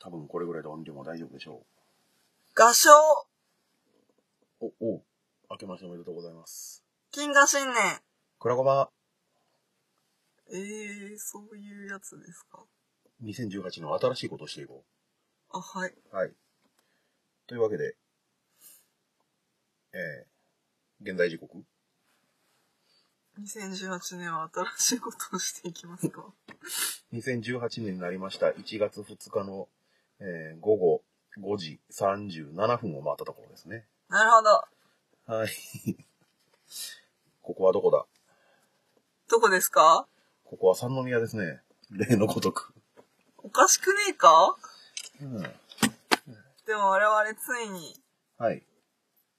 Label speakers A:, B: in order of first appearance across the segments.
A: 多分これぐらいで音量も大丈夫でしょ
B: 合唱、
A: う。お、お、明けましておめでとうございます。
B: 金河新年。
A: 倉ごま、
B: えー、そういうやつですか
A: 2018の新しいことをしていこ
B: あ、はい。
A: う。はい。というわけで、えー、現在時刻
B: 2018年は新しいことをしていきますか
A: 2018年になりました1月2日の、えー午後5時37分を回ったところですね。
B: なるほど。
A: はい。 ここはどこだ
B: どこですか
A: ここは三宮ですね。例のごとく。
B: おかしくねえか
A: うん。
B: でも我々ついに
A: はい。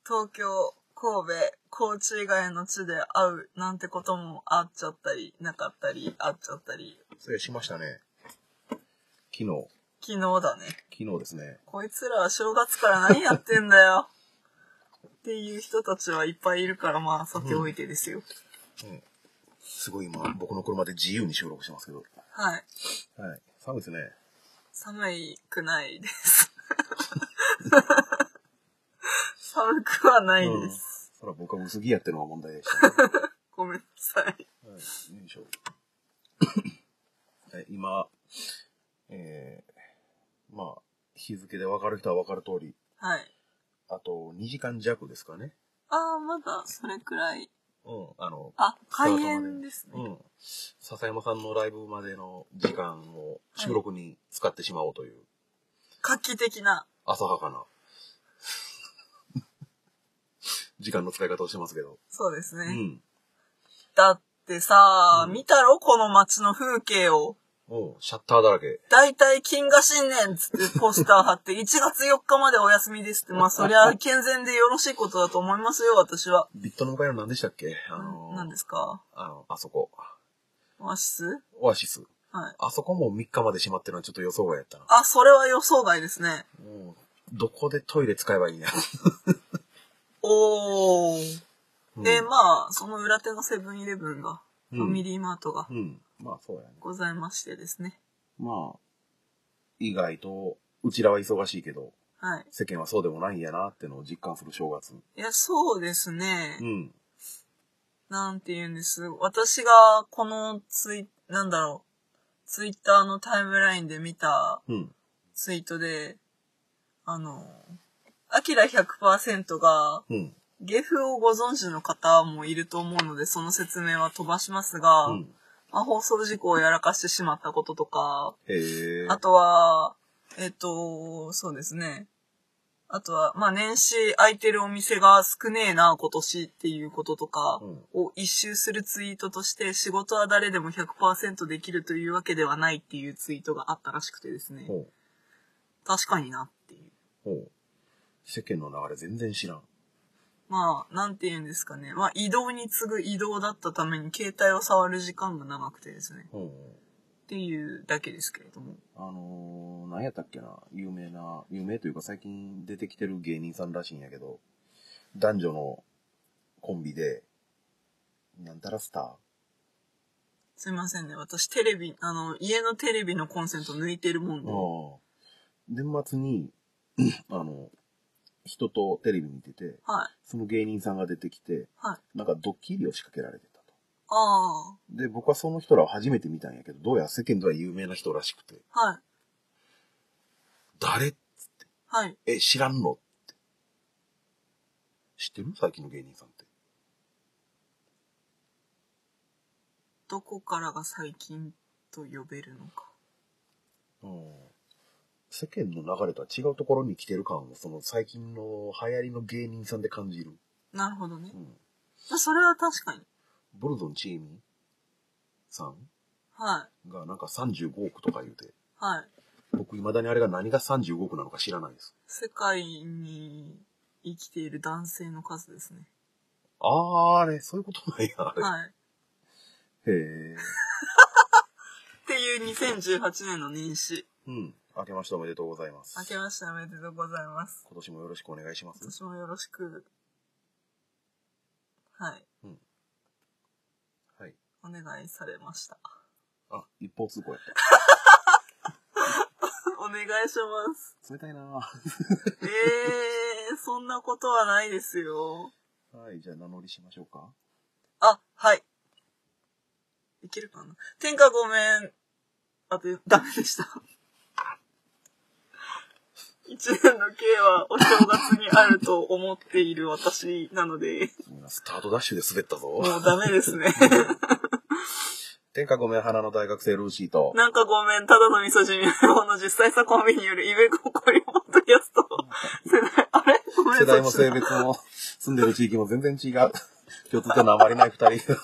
B: 東京、神戸、高知以外の地で会うなんてこともあっちゃったり、なかったり、あっちゃったり、
A: 失礼しましたね。昨日、
B: 昨日だね。
A: 昨日ですね。
B: こいつらは正月から何やってんだよ。っていう人たちはいっぱいいるから、まあ、さておいてですよ。
A: すごい今、僕の車で自由に収録してますけど。
B: はい。
A: はい。寒いですね。
B: 寒いくないです。寒くはないです。
A: そら僕は薄着やってのが問題でした、ね。
B: ごめんなさい。
A: はい。よいしょ。 はい今、えー、まあ、日付で分かる人は分かる通り、
B: はい。
A: あと2時間弱ですかね。
B: ああ、まだそれくらい。
A: うん。あの、
B: あ、開演です
A: う
B: ね。
A: ん。笹山さんのライブまでの時間を収録に使ってしまおうという、
B: 画期的な。
A: 浅はか な、時間の使い方をしてますけど。
B: そうですね。
A: うん。
B: だってさ、
A: うん
B: 見たろこの街の風景を。
A: もう、シャッターだらけ。
B: だいたい金河新年つってポスター貼って、1月4日までお休みですって、まあそりゃ健全でよろしいことだと思いますよ、私は。
A: ビットの向かいの何でしたっけあの
B: 何ですすか
A: あの、あそこ。
B: オアシス
A: オアシス。
B: はい。
A: あそこも3日まで閉まってるのはちょっと予想外やったな。
B: あ、それは予想外ですね。
A: もう、どこでトイレ使えばいいんや。
B: おー。
A: うん
B: で、まあ、その裏手のセブンイレブンが、
A: うん
B: ファミリーマートが
A: うん。まあ、そうやね。
B: ございましてですね。
A: まあ、意外と、うちらは忙しいけど、
B: はい。
A: 世間はそうでもないんやなってのを実感する正月。
B: いや、そうですね。
A: うん。
B: なんて言うんです。私が、このツイ、なんだろう、ツイッターのタイムラインで見た
A: うん。
B: ツイートで、あの、アキラ100%が、
A: うん。
B: 芸風をご存知の方もいると思うので、その説明は飛ばしますが、
A: うん。
B: まあ、放送事故をやらかしてしまったこととか、
A: へえ。
B: あとは、えっと、そうですね。あとは、まあ、年始空いてるお店が少ねえな、今年っていうこととか
A: うん
B: を一周するツイートとして、仕事は誰でも100%できるというわけではないっていうツイートがあったらしくてですね。
A: ほう。
B: 確かになっていう。
A: ほう。世間の流れ全然知らん。
B: まあ、なんて言うんですかね。まあ、移動に次ぐ移動だったために携帯を触る時間が長くてですね。
A: ほう。
B: っていうだけですけれども。
A: あのー、何やったっけな。有名な、有名というか最近出てきてる芸人さんらしいんやけど、男女のコンビで、なんたらスター
B: すいませんね。私テレビ、あの、家のテレビのコンセント抜いてるもんで。
A: ああ。年末に、 あの、人とテレビ見てて、
B: はい。
A: その芸人さんが出てきて、
B: はい。
A: なんかドッキリを仕掛けられてたと。
B: あ
A: で、僕はその人らを初めて見たんやけど、どうやら世間では有名な人らしくて、
B: あ。はい。
A: 誰
B: はい。
A: え、知らんのって知ってる最近の芸人さんって。
B: どこからが最近と呼べるのか。
A: うん。世間の流れとは違うところに来てる感を、その最近の流行りの芸人さんで感じる。
B: なるほどね
A: う。ん。
B: まあそれは確かに。
A: ブルゾンチーミさん
B: はい。
A: がなんか35億とか言うて、
B: はい。
A: 僕未だにあれが何が35億なのか知らないです。
B: 世界に生きている男性の数ですね。
A: あー、あれ、そういうことなんや、あれ。
B: はい。っ
A: へえ。
B: ていう2018年の年始。
A: うん。明けましておめでとうございます。
B: 明けましておめでとうございます。
A: 今年もよろしくお願いします
B: 今。年もよろしく。はい。
A: はい。
B: お 願いされました。
A: あ、一方通行やった。
B: お願いします。
A: 冷たいな
B: ええー、そんなことはないですよ。
A: ぁはい、じゃあ名乗りしましょうか。
B: あ、はい。いけるかな天下ごめん。あと、ダメでした。 一年の刑はお正月にあると思っている私なので、
A: みんなスタートダッシュで滑ったぞ
B: も。うダメです ね。
A: 天下ごめん、花の大学生ルーシーと。
B: なんかごめん、ただの味噌汁用の実際さコンビによるイベココリポッドキャス ト。世代、あれごめん
A: 世代も
B: そっち
A: 性
B: だ
A: 別も住んでる地域も全然違 う。共通点のあまりない二人が。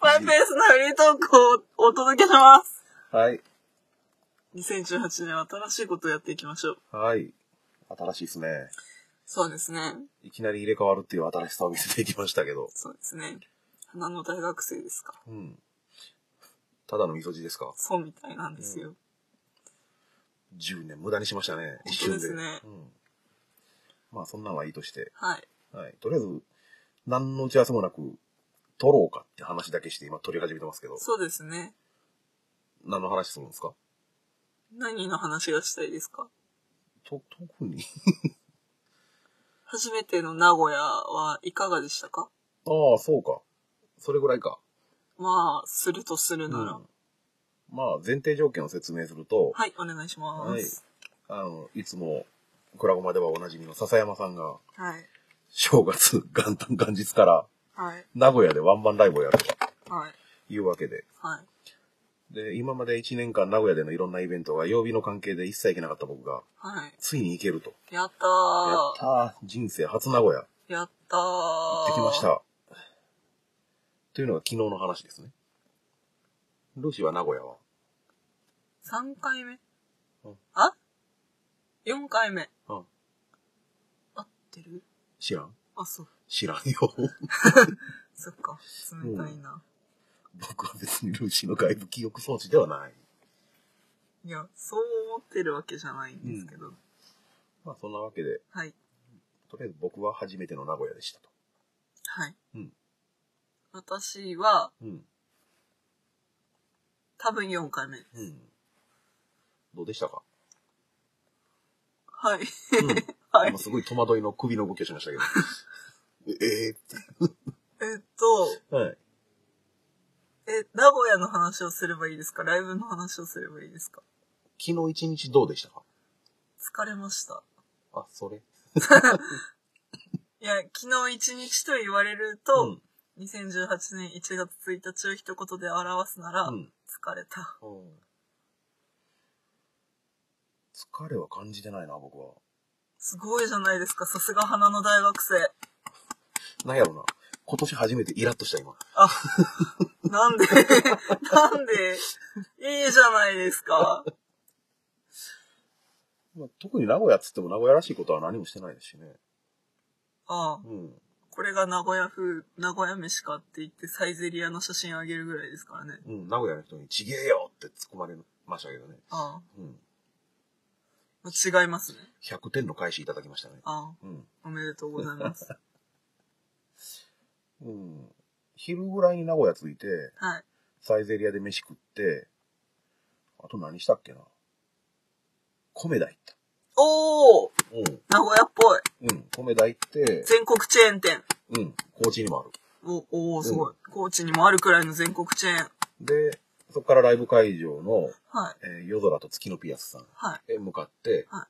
B: マイペースなフリートークをお届けします。
A: はい。
B: 2018年は新しいことをやっていきましょう。
A: はい。新しいですね。
B: そうですね。
A: いきなり入れ替わるっていう新しさを見せていきましたけど。
B: そうですね。花の大学生ですか。
A: うん。ただの味噌汁ですか
B: そうみたいなんですよ。
A: 10年無駄にしましたね。一
B: 本
A: 瞬
B: 当で
A: で。
B: すね
A: うん。まあそんなんはいいとして。
B: はい。
A: はい。とりあえず、何の打ち合わせもなく、撮ろうかって話だけして今撮り始めてますけど。
B: そうですね。
A: 何の話するんですか
B: 何の話がしたいですか
A: と、特に。
B: 初めての名古屋はいかがでしたか
A: ああ、そうか。それぐらいか。
B: まあ、するとするなら。
A: うんまあ、前提条件を説明すると、
B: はい、お願いします。
A: あの、いつも、クラゴマではおなじみの笹山さんが、
B: はい。
A: 正月、 元旦元日から、
B: はい。
A: 名古屋でワンマンライブをやると
B: はい。
A: いうわけで。
B: はい。
A: で、今まで1年間名古屋でのいろんなイベントが曜日の関係で一切行けなかった僕が、
B: はい。
A: ついに行けると。
B: やった
A: やっ
B: ー。
A: たー。人生初名古屋。
B: やったー。
A: 行ってきまし。た。というのが昨日の話ですね。ルーシーは名古屋は
B: 3回目
A: うん
B: あ ?4 回目。
A: うん。
B: 合ってる
A: 知らん
B: あ、そう。
A: 知らんよ。
B: そっか。冷たいな。
A: 僕は別にルーシーの外部記憶装置ではない。
B: いや、そう思ってるわけじゃないんですけど。
A: まあそんなわけで、
B: はい。
A: とりあえず僕は初めての名古屋でしたと。
B: はい。
A: うん
B: 私は、
A: うん。
B: 多分4回目。
A: うん。どうでしたか、
B: はい。
A: うん、
B: はい
A: 今。すごい戸惑いの首の動きをしましたけ ど。ええ
B: えっと、
A: はい。
B: え、名古屋の話をすればいいですかライブの話をすればいいですか
A: 昨日一日どうでしたか
B: 疲れました。
A: あ、それ。
B: いや、昨日一日と言われる
A: う
B: と
A: ん、。
B: 2018年1月1日を一言で表すなら、
A: うん
B: 疲れた。
A: うん疲れは感じてないな、僕は。
B: すごいじゃないですか。さすが花の大学生。
A: なんやろな。今年初めてイラッとした今。
B: あ、なん で、なんで、いいじゃないですか。
A: まあ、特に名古屋っつっても名古屋らしいことは何もしてないですしね。
B: ああ
A: うん。
B: これが名古屋風、名古屋飯かって言ってサイゼリアの写真あげるぐらいですからね。
A: うん、名古屋の人にちげえよって突っ込まれましたけどね。
B: あ
A: うん。
B: あ、違いますね。
A: 100点の返しいただきましたね。
B: あ
A: うん。
B: あ、おめでとうござ います。
A: うん。昼ぐらいに名古屋着いて、
B: はい。
A: サイゼリアで飯食って、あと何したっけな。米田行った。
B: おー
A: うん。
B: 名古屋っぽい。
A: うん。米田行って、
B: 全国チェーン店。
A: うん。高知にもある。
B: お、おー、すごい。高知にもあるくらいの全国チェーン。
A: で、そこからライブ会場の、
B: はい。
A: えー夜空と月のピアスさん
B: はい。
A: へ向かって、
B: は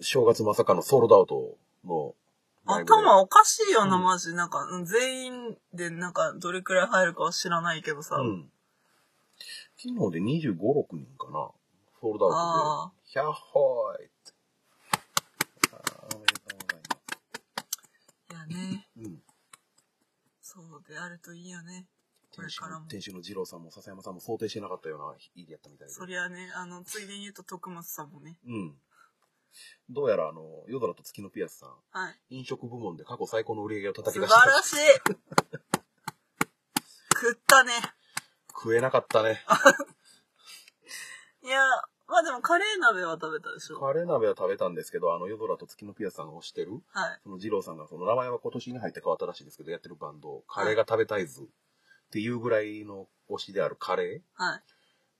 A: 正月まさかのソールドアウトのライブで
B: 頭おかしいよな、
A: うん
B: マジ。なんか、うん全員で、なんか、どれくらい入るかは知らないけどさ。
A: うん。昨日で25、6人かな。ソールドアウ
B: ああ、
A: トで、ヒャッホーイって。あーおめでとうございま
B: いやね。
A: す。うん。
B: そうであるといいよね。これ
A: 店主
B: から
A: の
B: も、
A: 店主の二郎さんも笹山さんも想定してなかったような日でやったみたいで。
B: そりゃね、あの、ついでに言うと徳松さんもね。
A: うん。どうやら、あの、夜空と月のピアスさん、
B: はい。
A: 飲食部門で過去最高の売り上げを叩き出
B: 素晴
A: した。
B: らしい食ったね。
A: 食えなかったね。
B: いや、まあでもカレー鍋は食べたでしょ。
A: カレー鍋は食べたんですけど、あの、夜空と月のピアスさんが推してる、
B: はい。
A: その二郎さんが、その名前は今年に入って変わったらしいですけど、やってるバンド、カレーが食べたいずっていうぐらいの推しであるカレー
B: はい。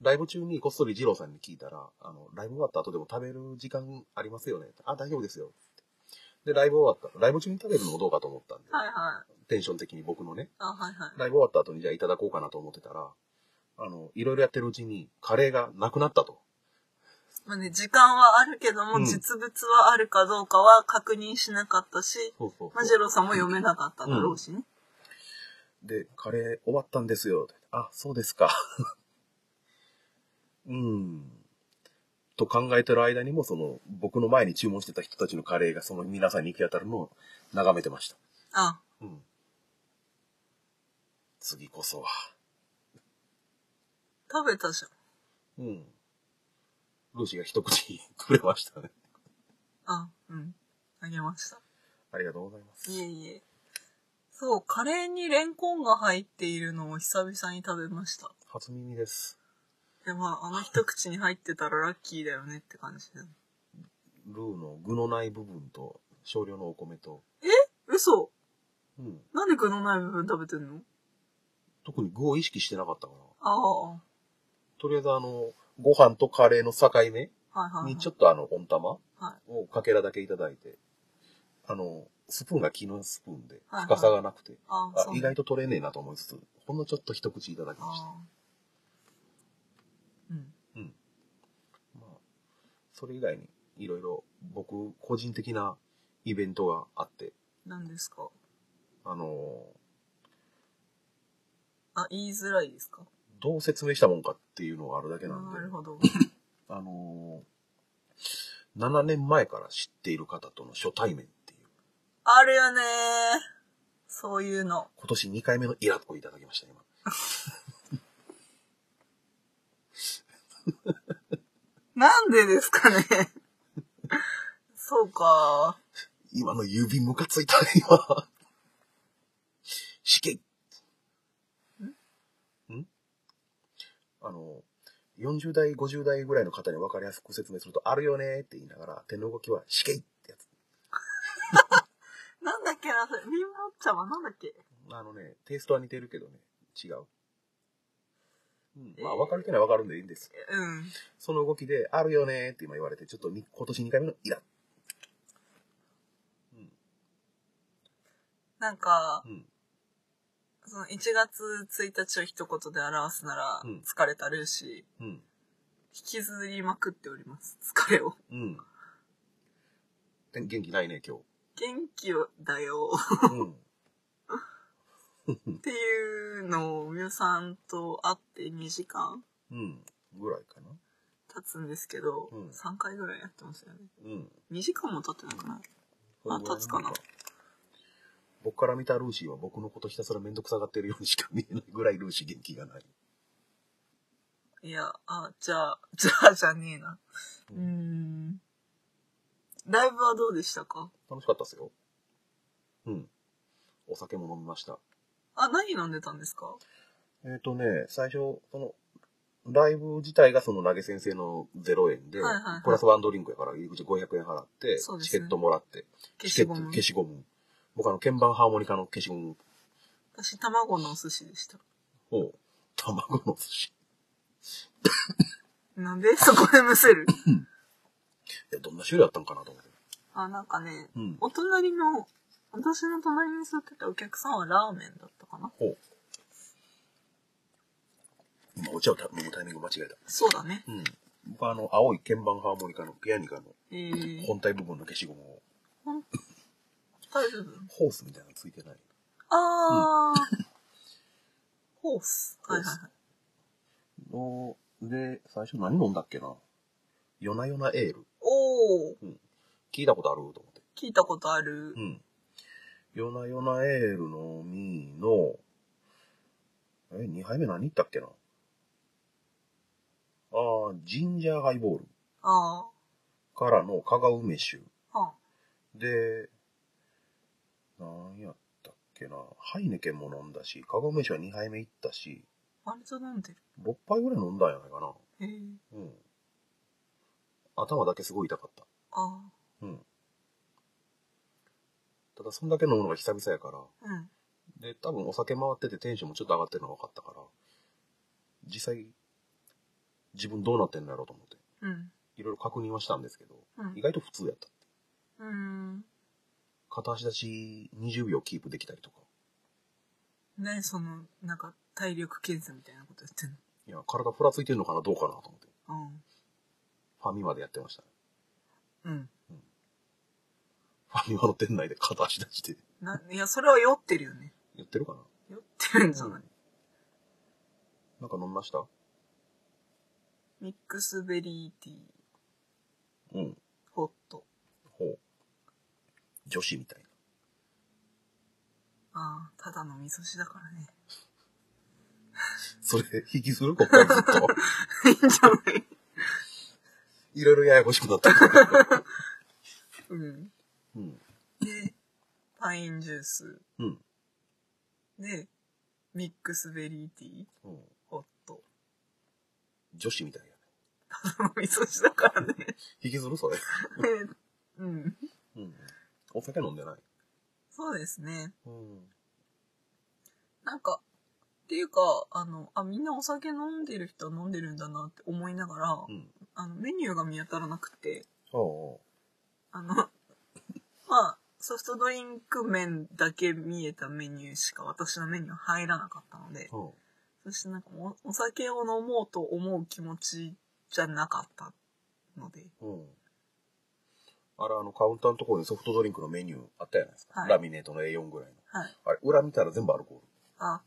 A: ライブ中にこっそり二郎さんに聞いたら、あの、ライブ終わった後でも食べる時間ありますよね。あ、大丈夫ですよ。で、ライブ終わった。ライブ中に食べるのもどうかと思ったんで、
B: はいはい。
A: テンション的に僕のね、
B: あ、はいはい。
A: ライブ終わった後にじゃあいただこうかなと思ってたら、あの、いろいろやってるうちにカレーがなくなったと。
B: まあね、時間はあるけども、
A: うん
B: 実物はあるかどうかは確認しなかったし、
A: そうそうそう
B: マジェロさんも読めなかっただろうしね。
A: で、カレー終わったんですよ。あ、そうですか。 うん。と考えてる間にも、その、僕の前に注文してた人たちのカレーがその皆さんに行き当たるのを眺めてました。
B: あ、
A: うん。次こそは。
B: 食べたじゃん。
A: うん。ルーシーが一口くれましたね。
B: あ、うん。あげました。
A: ありがとうございます。
B: いえいえ。そう、カレーにレンコンが入っているのを久々に食べました。
A: 初耳です。
B: で、まあ、あの一口に入ってたらラッキーだよねって感じで。
A: ルーの具のない部分と少量のお米と、
B: 嘘
A: うん。
B: なんで具のない部分食べてんの
A: 特に具を意識してなかったから。
B: ああ、は
A: とりあえずあの、ご飯とカレーの境目
B: いはい、はい。
A: にちょっとあの、温玉
B: は
A: をかけらだけいただいて、あの、スプーンが木のスプーンで、
B: はいはい
A: 深さがなくて、
B: あ
A: あ
B: そう
A: 意外と取れねえなと思いつつ、ほんのちょっと一口いただきました。
B: あーうん。
A: まあ、それ以外に、いろいろ僕、個人的なイベントがあって、
B: 何ですか
A: あの、
B: あ、言いづらいですか
A: どう説明したもんかっていうのがあるだけなん
B: なる
A: で、
B: ほど。
A: あの、7年前から知っている方との初対面っていう、
B: あるよねー。そういうの。
A: 今年2回目のイラッといただきました、今。
B: なんでですかね そうか。
A: 今の指ムカついたね、今。死刑んあの、40代、50代ぐらいの方に分かりやすく説明すると、あるよねーって言いながら、手の動きは死刑ってやつ。
B: なんだっけな、それ。みんなおっちゃまなんだっけ
A: あのね、テイストは似てるけどね、違う。うん、まあ、
B: えー
A: 分かる人には分かるんでいいんです。
B: うん。
A: その動きで、あるよねーって今言われて、ちょっとに今年2回目のイラッ。
B: なんか
A: う、ん。
B: その1月1日を一言で表すなら
A: うん、
B: 疲れたるし、
A: うん。
B: 引きずりまくっております。疲れを。
A: うん。で元気ないね、今
B: 元気をだよ。
A: 日。うん。
B: っていうのを、みおさんと会って2時間
A: うん。ぐらいかな。
B: 経つんですけど、
A: うん
B: 3回ぐらいやってますよね。
A: うん。
B: 2時間も経ってなくないあ立つかな
A: 僕から見たルーシーは僕のことひたすらめんどくさがってるようにしか見えないぐらいルーシー元気がない。
B: いや、あ、じゃあ、 じゃあじゃねえな。う
A: う
B: ー
A: ん
B: ん。ライブはどうでしたか
A: 楽しかったですよ。うん。お酒も飲みました。
B: あ、何飲んでたんですか
A: えっ、とね、最初、その、ライブ自体がその投げ先生の0円で、
B: はいはいはい
A: プラスワンドリンクやから入り口500円払って、
B: そうです
A: チケ
B: ね
A: ットもらって、チケ
B: 消し
A: ット
B: ゴム。
A: 消しゴム。僕あの、鍵盤ハーモニカの消しゴム
B: 私、卵のお寿司でした。
A: を、卵の寿司。
B: なんでそこでむせ る
A: いや、どんな種類あったんかなと思って。
B: あ、なんかね、
A: うん。
B: お隣の、私の隣に座ってたお客さんはラーメンだったかな
A: ほう。今、お茶を飲むタイミング間違えた。
B: そうだね。
A: うん。僕はあの、青い鍵盤ハーモニカのピアニカの
B: えー、
A: 本体部分の消しゴムを、
B: 本体部分。
A: ホースみたいなのついてない。
B: あー。ホース。はいはいはい。
A: の、で、最初何飲んだっけな夜な夜なエール。
B: おー、
A: 聞いたことあると思って。
B: 聞いたことある
A: う。ん。夜な夜なエールのみの、え、2杯目何言ったっけなあージンジャーハイボール
B: あ
A: からの加賀梅酒。
B: ー。はん
A: で、なんやったっけな、ハイネケンも飲んだし、カゴ飯は2杯目行ったし、
B: 割と飲んでる。
A: 6杯ぐらい飲んだんやないかな。
B: えー、
A: うん。頭だけすごい痛かった。
B: あ
A: うん。ただ、そんだけ飲むのが久々やから、
B: ー。うん。
A: で、多分お酒回っててテンションもちょっと上がってるのが分かったから、実際、自分どうなってんだろうと思って、
B: うん。
A: いろいろ確認はしたんですけど、
B: うん
A: 意外と普通やった。
B: うん。
A: 片足立ち20秒キープできたりとか、
B: ね、その、なんか、体力検査みたいなことやってん
A: いや、体ふらついてるのかな、どうかなと思って、
B: の
A: ファミマでやってましたね。
B: うん。うん。
A: ファミマの店内で片足立ちで。
B: な、いや、それは酔ってるよね。
A: やってるかな
B: 酔ってるんじゃない、
A: なんか飲みました
B: ミックスベリーティー、
A: うん。
B: ホット。
A: ほう。女子みたいな。
B: ああ、ただの味噌汁だから ね。
A: それ、引きするこっからずっ と。
B: いいんじゃない
A: いろいろややこしくなった。
B: うん。
A: うん。
B: で、パインジュース。
A: うん。
B: で、ミックスベリーティー、
A: うん。
B: ホット。
A: 女子みたいやね。
B: ただの味噌汁だからね。
A: 引きずるそれ。
B: でうん。
A: うん。お酒飲んでない。
B: そうですね。
A: うん。
B: なんか、っていうか、あの、あ、みんなお酒飲んでる人は飲んでるんだなって思いながら、
A: うん。
B: あの、メニューが見当たらなくて、
A: ああ。
B: あの、 まあ、ソフトドリンク麺だけ見えたメニューしか私の目には入らなかったので、
A: うん。
B: そしてなんかもうお酒を飲もうと思う気持ちじゃなかったので、
A: うん。あれ、あの、カウンターのところにソフトドリンクのメニューあったじゃないですか。
B: はい
A: ラミネートの A4 ぐらいの。
B: はい。
A: あれ、裏見たら全部アルコ
B: あ、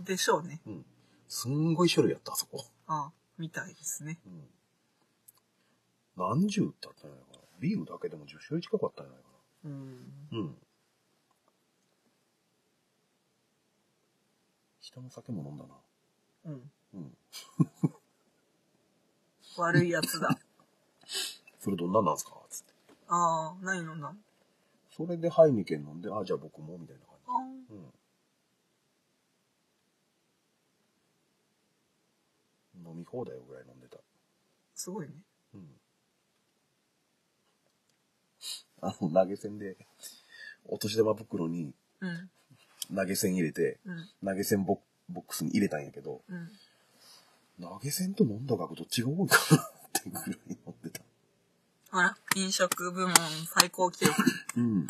B: でしょうね。
A: ール。うん。すんごい種類やった、あそこ。
B: あ、みたいですね。
A: うん。何十ってあったんじゃないかな。ビールだけでも10種類近かったんじゃないか
B: うん。
A: な。うん。人の酒も飲んだな。
B: うん。
A: うん。
B: 悪いやつだ。
A: それどんなんなんすかつって。
B: ああ、何飲んだの
A: それでハイニケン飲んで、あ、じゃあ僕も、みたいな感
B: あー
A: じ。うん。飲み放題ぐらい飲んでた。
B: すごいね。
A: うん。あの、投げ銭で、お年玉袋に
B: うん。
A: 投げ銭入れて、
B: うん。
A: 投げ銭ボボックスに入れたんやけど、
B: うん。
A: 投げ銭と飲んだ額どっちが多いかなってぐらい飲んでた。
B: あら、飲食部門最高記録。
A: うん。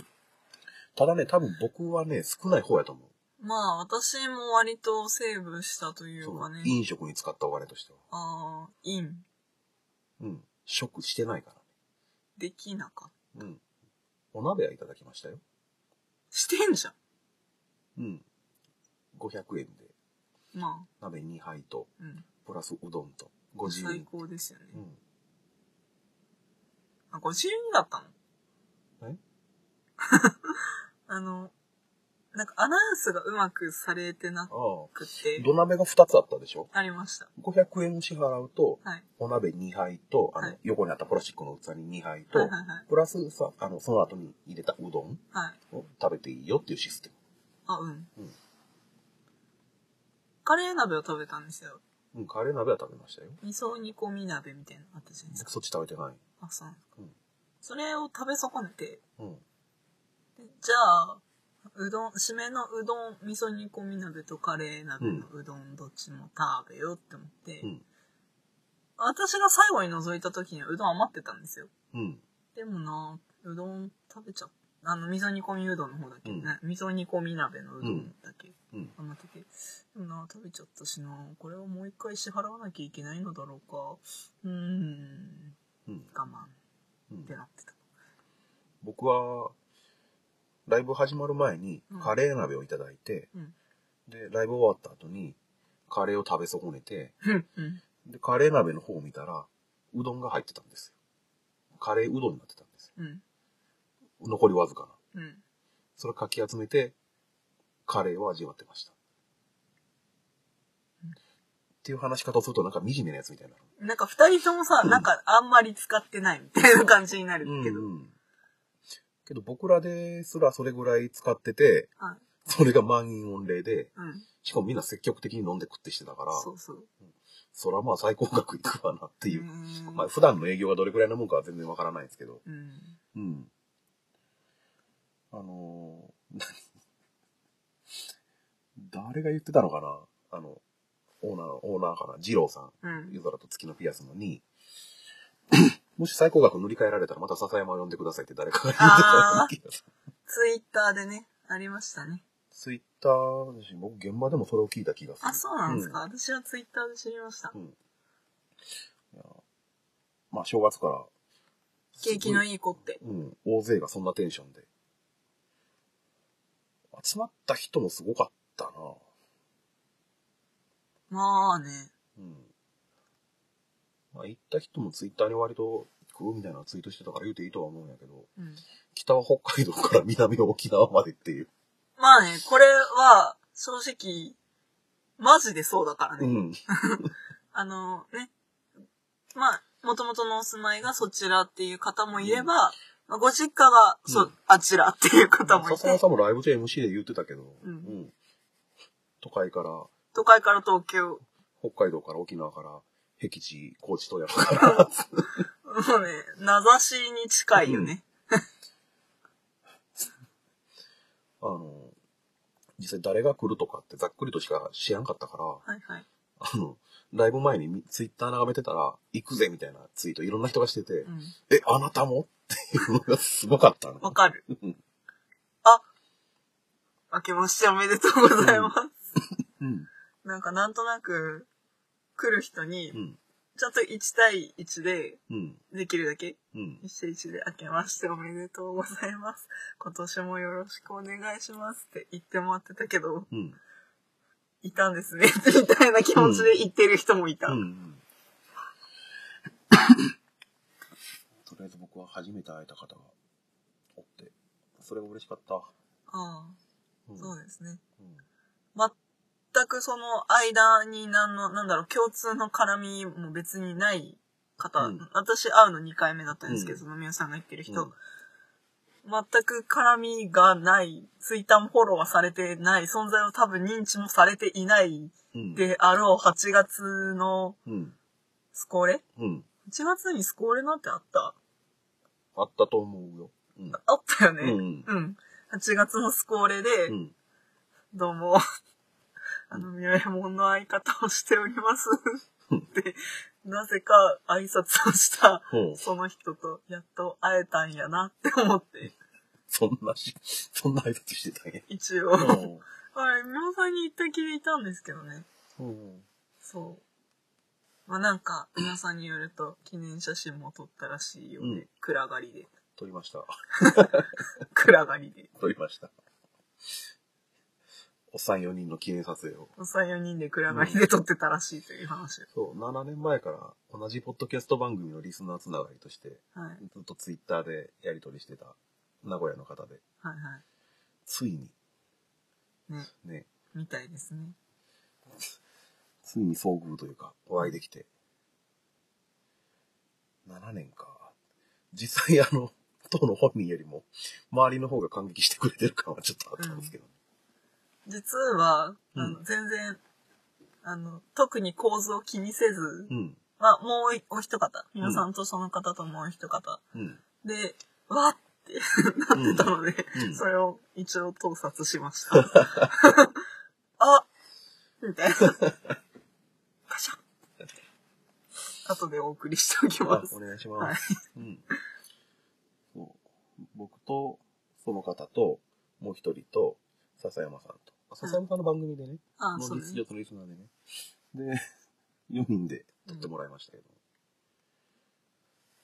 A: ただね、多分僕はね、少ない方やと思う。
B: まあ、私も割とセーブしたというかね。
A: 飲食に使ったお金としては。
B: ああ、イン
A: うん。食してないか
B: できなかった。
A: らね。うん。お鍋はいただきましたよ。
B: してんじゃ
A: うん。500円で、
B: ん。ま
A: 鍋2杯と、
B: あ、うん。
A: プラスうどんと、50
B: 最
A: 円。
B: 高ですよね。
A: うん。
B: あ、50円だったの
A: え
B: あの、なんかアナウンスがうまくされてな
A: ああ。
B: くて、
A: 土鍋が2つあったでしょ
B: ありました。
A: 500円支払うと、
B: はい。
A: お鍋2杯と、あの、
B: はい
A: 横にあったプラスチックの器に2杯と、
B: はいはいはい。
A: プラスさ、あの、その後に入れたうどん
B: はい。
A: を食べていいよっていうシステ
B: あ、うん。
A: うん
B: カレー鍋を食べたんですよ。
A: ム。うん、カレー鍋は食べましたよ。
B: 味噌煮込み鍋みたいなのあったじゃないです
A: 僕
B: か。
A: そっち食べてない。
B: あ、そうなんですか。
A: うん
B: それを食べ損ねて、
A: うん。
B: でじゃあ、うどん、締めのうどん、味噌煮込み鍋とカレー鍋のうどん、どっちも食べようって思って、
A: うん。
B: 私が最後に覗いた時にはうどん余ってたんですよ。
A: うん。
B: でもな、うどん食べちゃった。あの、味噌煮込みうどんの方だけ、
A: うん
B: な味噌煮込み鍋のうどんだけ
A: うん。
B: 余ってて。でもな、食べちゃったしな、これをもう一回支払わなきゃいけないのだろうか。うーん、
A: うん。
B: 我慢
A: う
B: って
A: ん、
B: なってた。
A: 僕は、ライブ始まる前に
B: うん、
A: カレー鍋をいただいて、
B: うん
A: で、ライブ終わった後に、カレーを食べ損ねて、
B: うんうん。
A: で、カレー鍋の方を見たら、うどんが入ってたんですよ。カレーうどんになってたんですよ。
B: うん。
A: 残りわずかな。
B: うん。
A: それをかき集めて、カレーを味わってました。
B: うん
A: っていう話し方をするとなんか惨めなやつみたいになる。
B: なんか二人ともさ、なんかあんまり使ってないみたいな感じになるけど。
A: うんけど僕らですらそれぐらい使ってて、
B: はい。
A: それが満員御礼で、
B: うん。
A: しかもみんな積極的に飲んで食ってしてたから、
B: そうそう。
A: そらまあ最高額いくわなっていうう。
B: ーん
A: まあ普段の営業がどれくらいのもんかは全然わからないんですけど。
B: うん。
A: うん。あの ー、何誰が言ってたのかなあの、オーナーの、オーナーかな、二郎さん、
B: うん。
A: 夜空と月のピアスのに、 もし最高額塗り替えられたらまた笹山を呼んでくださいって誰かが言ってたような気がする。
B: ツイッターでね、ありましたね。
A: ツイッターだし、僕現場でもそれを聞いた気がする。
B: あ、そうなんですか、私はツイッターで知りました。
A: うんいやまあ正月から、
B: 景気のいい子って。
A: うん、大勢がそんなテンションで。集まった人もすごかったな
B: まあね。
A: うん。まあ行った人もツイッターに割と、食うみたいなツイートしてたから言うていいとは思うんやけど、
B: うん。
A: 北は北海道から南は沖縄までっていう。
B: まあね、これは、正直、マジでそうだからね。
A: うん。
B: あのね、まあ、もともとのお住まいがそちらっていう方もいれば、まあご実家がそ、
A: うん
B: あちらっていう方もい
A: 笹山
B: て、
A: さんもライブで MC で言ってたけど、
B: うん
A: 都会から、
B: 都会から東京、
A: 北海道から沖縄から、僻地、高知とやらから。
B: もうね、名指しに近いよね。
A: あの、実際誰が来るとかってざっくりとしか知らんかったから、
B: はいはい。
A: あの、ライブ前にツイッター眺めてたら、行くぜみたいなツイートいろんな人がしてて、
B: うん。
A: え、あなたもっていうのがすごかったの。
B: わかる
A: うん。
B: あ、明けましておめでとうございます。
A: うん。
B: なんかなんとなく、来る人に
A: う、ん。
B: ちゃんと1対1で、
A: うん。
B: できるだけ
A: うん。
B: 一世一で明けましておめでとうございます。今年もよろしくお願いしますって言ってもらってたけど、
A: うん。
B: いたんですね。 みたいな気持ちで言ってる人もいた。
A: うん。とりあえず僕は初めて会えた方がおって、それが嬉しかった。
B: あ
A: う
B: あ、
A: ん
B: そうですね。
A: うん
B: 全くその間に何の、なんだろう、共通の絡みも別にない方、
A: うん
B: 私会うの2回目だったんですけど、
A: うん
B: その皆さんが言ってる人、
A: うん
B: 全く絡みがない、ツイッターもフォローはされてない、存在を多分認知もされていない
A: うん。
B: であろう8月の
A: うん。
B: スコーレ
A: うん。
B: 1月にスコーレなんてあった
A: あったと思うよ。うん。
B: あったよ
A: う
B: ね。
A: ん。
B: うん。8月のスコーレで、
A: うん。
B: どうも、あの、ミラえもんの相方をしております。って、なぜか挨拶をした、
A: ほう。
B: その人とやっと会えたんやなって思って、
A: そんなし、そんな挨拶してたんや。
B: 一応。あれ、みょさんに行ったきりいたんですけどね。
A: うん。
B: そう。まあ、なんか、皆さんによると、記念写真も撮ったらしいよね。
A: うん
B: 暗がりで。
A: 撮りました。
B: 暗がりで。
A: 撮りました。おっさん4人の記念撮影を。
B: おっさん4人で暗がりで撮ってたらしいという話。
A: そう、7年前から同じポッドキャスト番組のリスナーつながりとして、
B: はい。はい
A: ずっとツイッターでやり取りしてた名古屋の方で、
B: は
A: ついに、
B: い。ね、
A: ね、
B: みたいですね。
A: ついに遭遇というか、お会いできて、7年か。実際あの、当の本人よりも、周りの方が感激してくれてる感はちょっとあったんですけど、
B: 実は、
A: うん
B: あの全然、あの、特に構図を気にせず、
A: うん、
B: まあ、もうお一方、皆さんとその方ともう一方、
A: うん、
B: で、わっ
A: う
B: て
A: ん
B: なったので、
A: うん
B: それを一応盗撮し ました。あみたいな。カシャ後でお送りしておき
A: あ
B: ま
A: お
B: す。
A: 願いします。うん。そう。僕と、その方と、もう一人と、笹山さんと。あ笹山さんの番組でね、
B: あ、
A: の
B: そう
A: リ
B: で
A: ス
B: す
A: 女
B: ね。
A: とリスナーでね。で、4人で撮ってもらいましたけど。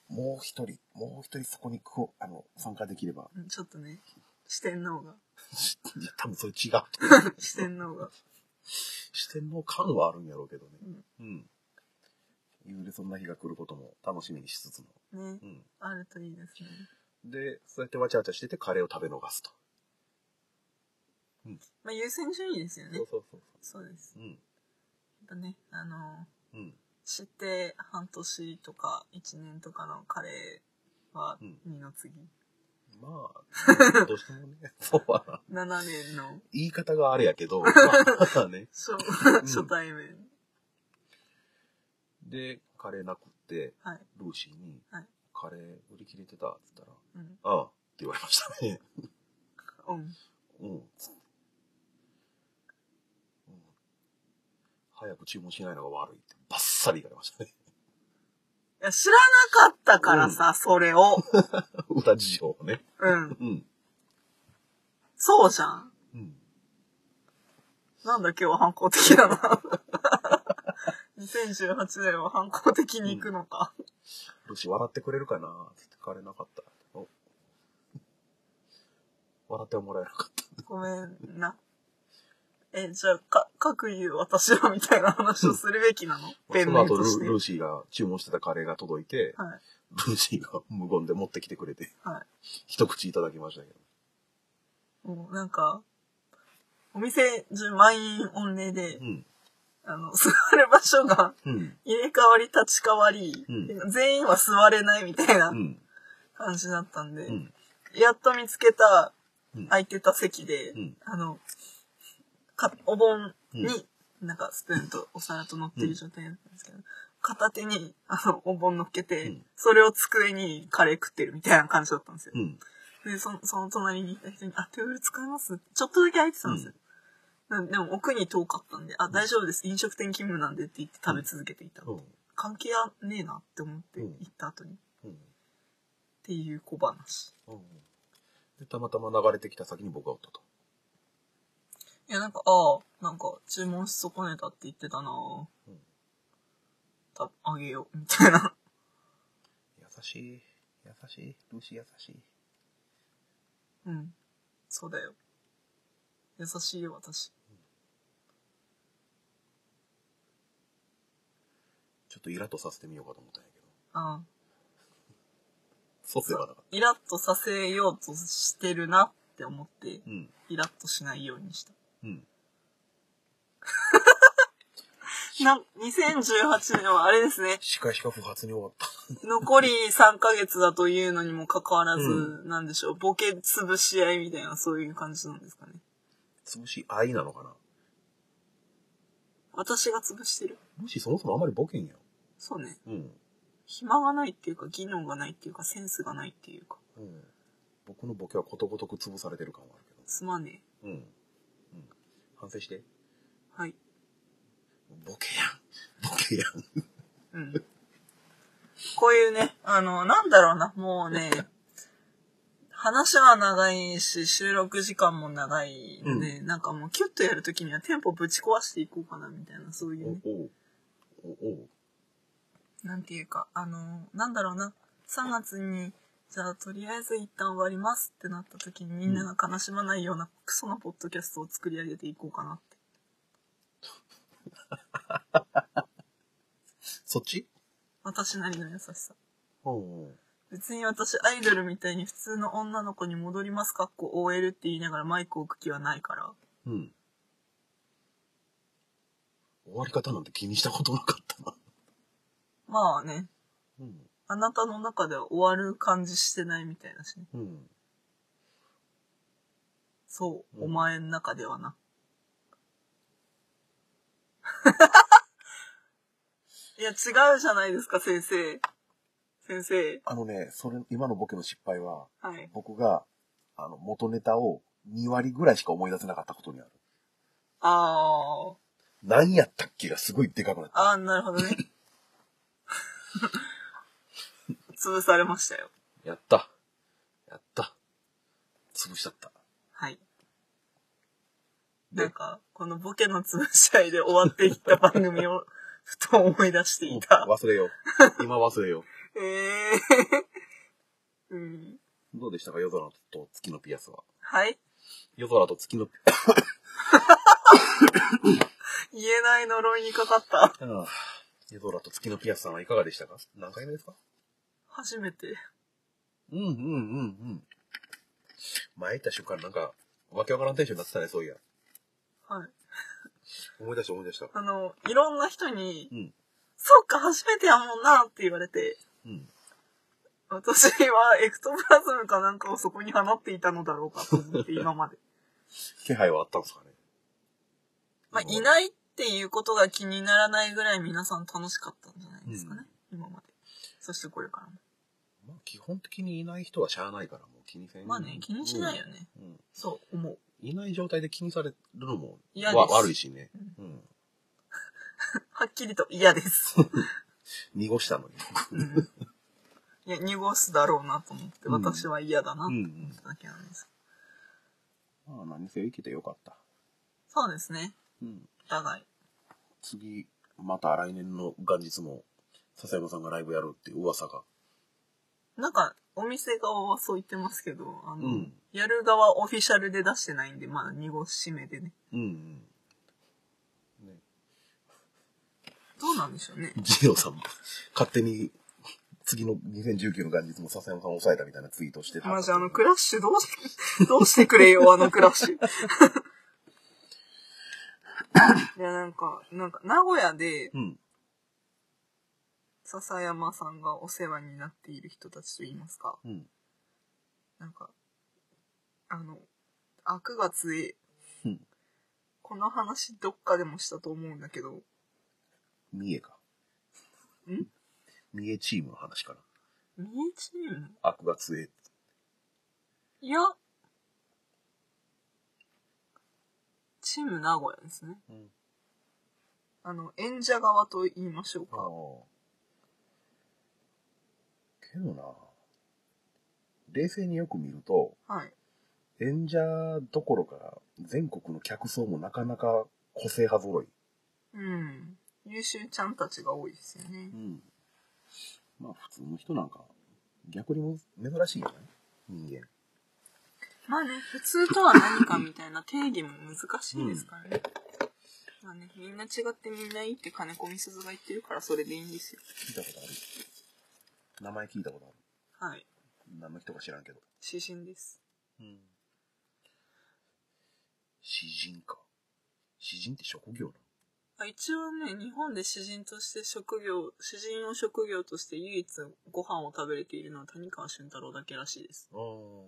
A: もう一人、もう一人そこにこうあの、参加できれば。
B: うんちょっとね、四天王が、
A: いや、多分それ違うと思う。
B: 四天王が、
A: 視点の感はあるんやろうけどね。う
B: う
A: ん。いずれそんな日が来ることも楽しみにしつつも。
B: ね
A: う、ん。
B: あるといいですね。
A: で、そうやってわちゃわちゃしててカレーを食べ逃すと。
B: まあ、優先順位ですよね
A: そう。そうそう
B: そうです。
A: そう。うん。
B: やっぱね、あのー、
A: うん。
B: 知って半年とか1年とかのカレーは
A: うん
B: 2の次。
A: ま あ、どうしてもね、そうはな。
B: 7年の
A: 言い方があれやけ ど、まあ、ただね。
B: 初
A: ん
B: 初対面。
A: で、カレーなくって、
B: はい。
A: ルーシーに
B: はい、
A: カレー売り切れてたって言ったら、
B: うん。
A: ああ、って言われましたね。
B: うん。
A: うん。うん早く注文しないのが悪いって、バッサリ言われましたね。
B: いや知らなかったからさ、それを。
A: 裏事情はね。
B: うん。
A: うん。
B: そうじゃん。
A: うん。
B: なんだ今日は反抗的だな。2018年は反抗的に行くのか。
A: ルシ笑ってくれるかなって聞かれなかった。お笑ってはもらえなかっ
B: ごめんな。え、じゃあ、か、各言う私はみたいな話をするべきなの
A: た。
B: ペ
A: そ
B: ン
A: の
B: ネ
A: 後
B: と
A: ル
B: して。
A: ルーシーが注文してたカレーが届いて、
B: はい。
A: ルーシーが無言で持ってきてくれて、
B: は
A: 一口いただきましたけど。
B: い。もうなんか、お店中満員御礼で、
A: うん。
B: あの、座る場所が
A: うん。
B: 入れ替わり立ち替わり、
A: う
B: 全員は座れないみたいな
A: うん。
B: 感じだったんで、
A: うん。
B: やっと見つけた
A: うん
B: 空いてた席で、
A: うん
B: あの、かお盆に
A: うん、
B: なんかスプーンとお皿と乗ってる状態なんですけど、片手に、あの、お盆乗っけて、
A: うん
B: それを机にカレー食ってるみたいな感じだったんですよ
A: う。ん。
B: で、そその隣にいた人に、あ、テーブル使いますちょっとだけ空いてたんですよ。なでも奥に遠かったんで、あ、大丈夫です。飲食店勤務なんでって言って食べ続けていた。
A: うん。
B: 関係はねえなって思って
A: うん
B: 行った後に。っ
A: うん。
B: ていう小話。
A: うん。で、たまたま流れてきた先に僕がおったと。
B: いや、なんか、ああ、なんか、注文し損ねたって言ってたなぁ
A: うん
B: た、あげよう、みたいな。
A: 優しい。優しい。ルーシー優しい。
B: うん。そうだよ。優しいよ、私。
A: ちょっとイラッとさせてみようかと思ったんやけど。
B: ああ。
A: そうではなかっ
B: イラッとさせようとしてるなって思って
A: た。、うん。
B: イラッとしないようにした。
A: うん。
B: な、2018年はあれですね。
A: 視界しか不発に終わった。
B: 残り3ヶ月だというのにもかかわらず、
A: う
B: なんでしょう、ボケ潰し合いみたいな、そういう感じなんですかね。
A: 潰し愛なのかな
B: 私が潰してる。
A: ルーシーそもそもあんまりボケんやん。
B: そうね。
A: うん。
B: 暇がないっていうか、技能がないっていうか、センスがないっていうか、
A: うん。僕のボケはことごとく潰されてる感はあるけど。
B: すまね
A: うん。うん。反省して。
B: え。はい。
A: ボケやん。ボケやん。
B: うん。こういうね、あの、なんだろうな、もうね、話は長いし、収録時間も長いんで、なんかもうキュッとやるときにはテンポぶち壊していこうかな、みたいな、そういうね。
A: おおうおおう
B: なんていうか、あの、なんだろうな、3月に、じゃあとりあえず一旦終わりますってなった時にみんなが悲しまないようなクソなポッドキャストを作り上げていこうかなって。
A: そっち
B: 私なりの優しさ。
A: うんうん。
B: 別に私アイドルみたいに普通の女の子に戻りますかっこ OL って言いながらマイクを置く気はないから。
A: うん。終わり方なんて気にしたことなかったな。
B: まあね、
A: うん。
B: あなたの中では終わる感じしてないみたいだしね。
A: うん。
B: そう、
A: うん
B: お前の中ではな。いや、違うじゃないですか、先生。先生。
A: あのね、それ、今のボケの失敗は、
B: はい。
A: 僕が、あの、元ネタを2割ぐらいしか思い出せなかったことにある。
B: あー。
A: 何やったっけがすごいでかくなった。
B: あー、なるほどね。潰されましたよ。
A: やった。やった。潰しちゃった。
B: はい。
A: で
B: なんか、このボケの潰し合いで終わっていった番組 を、ふと思い出していた。
A: 忘れよう。今忘れよ
B: えー。うん。
A: う。どうでしたか夜空と月のピアスは。
B: はい
A: 夜空と月のピ
B: 言えない呪いにかかった。
A: アス。夜空と月のピアスさんはいかがでしたか何回目ですか
B: 初めて。
A: うんうんうんうん。前行った瞬間なんか、わけわからんテンションになってたね、そういや。
B: はい。
A: 思い出した思い出した。
B: あの、いろんな人に、
A: うん。
B: そっか、初めてやもんなって言われて、
A: うん。
B: 私はエクトプラズムかなんかをそこに放っていたのだろうかと思 って、今まで。
A: 気配はあったんですかね
B: まあ、いないっていうことが気にならないぐらい皆さん楽しかったんじゃないですかね。今まで。そしてこれからも。
A: まあ、基本的にいない人はしゃあないから、もう気にせん。
B: まあね、気にしないよね。
A: うん。うん
B: そう、思う。
A: いない状態で気にされるのも
B: 嫌です
A: わ悪いしね。うん。
B: はっきりと嫌です。
A: 濁したのに。
B: うん いや、濁すだろうなと思って、
A: うん
B: 私は嫌だな
A: う
B: っ
A: んう
B: て
A: ん。
B: だけなんです。
A: まあ何せ生きてよかった。
B: そうですね。
A: うん。
B: お互い。
A: 次、また来年の元日も、笹山さんがライブやるって噂が。
B: なんか、お店側はそう言ってますけど、あの、
A: うん
B: やる側オフィシャルで出してないんで、まあ、濁し目でね。
A: うんうん。ね、
B: どうなんでしょうね。
A: ジローさんも、勝手に、次の2019の元日も笹山さんを抑えたみたいなツイートしてた。
B: マジあのクラッシュどうし、どうしてくれよ、あのクラッシュ。いや、なんか、なんか、名古屋で、
A: うん。
B: 笹山さんがお世話になっている人たちと言いますか。
A: うん。
B: なんか、あの、あ、9月へ
A: うん、
B: この話どっかでもしたと思うんだけど、ん
A: 三重か。三重チームの話かな。
B: 三重チーム
A: 悪が強え。
B: いや、チーム名古屋ですね。
A: うん。
B: あの、演者側と言いましょう
A: ああ。
B: か。
A: けどな、冷静によく見ると、
B: はい。
A: 演者どころか全国の客層もなかなか個性派揃い。
B: うん。優秀ちゃんたちが多いですよね
A: う。ん。まあ普通の人なんか、逆にも珍しいんじゃない人間。
B: まあね、普通とは何かみたいな定義も難しいですからね。まあね、みんな違ってみんないいって金子みすずが言ってるからそれでいいんですよ。
A: 聞いたことある。名前聞いたことある。
B: はい。
A: 何の人か知らんけど。
B: 指針です。
A: うん。詩人か。詩人って職業な
B: あ一応ね、日本で詩人として職業、詩人を職業として唯一ご飯を食べれているのは谷川俊太郎だけらしいです。
A: の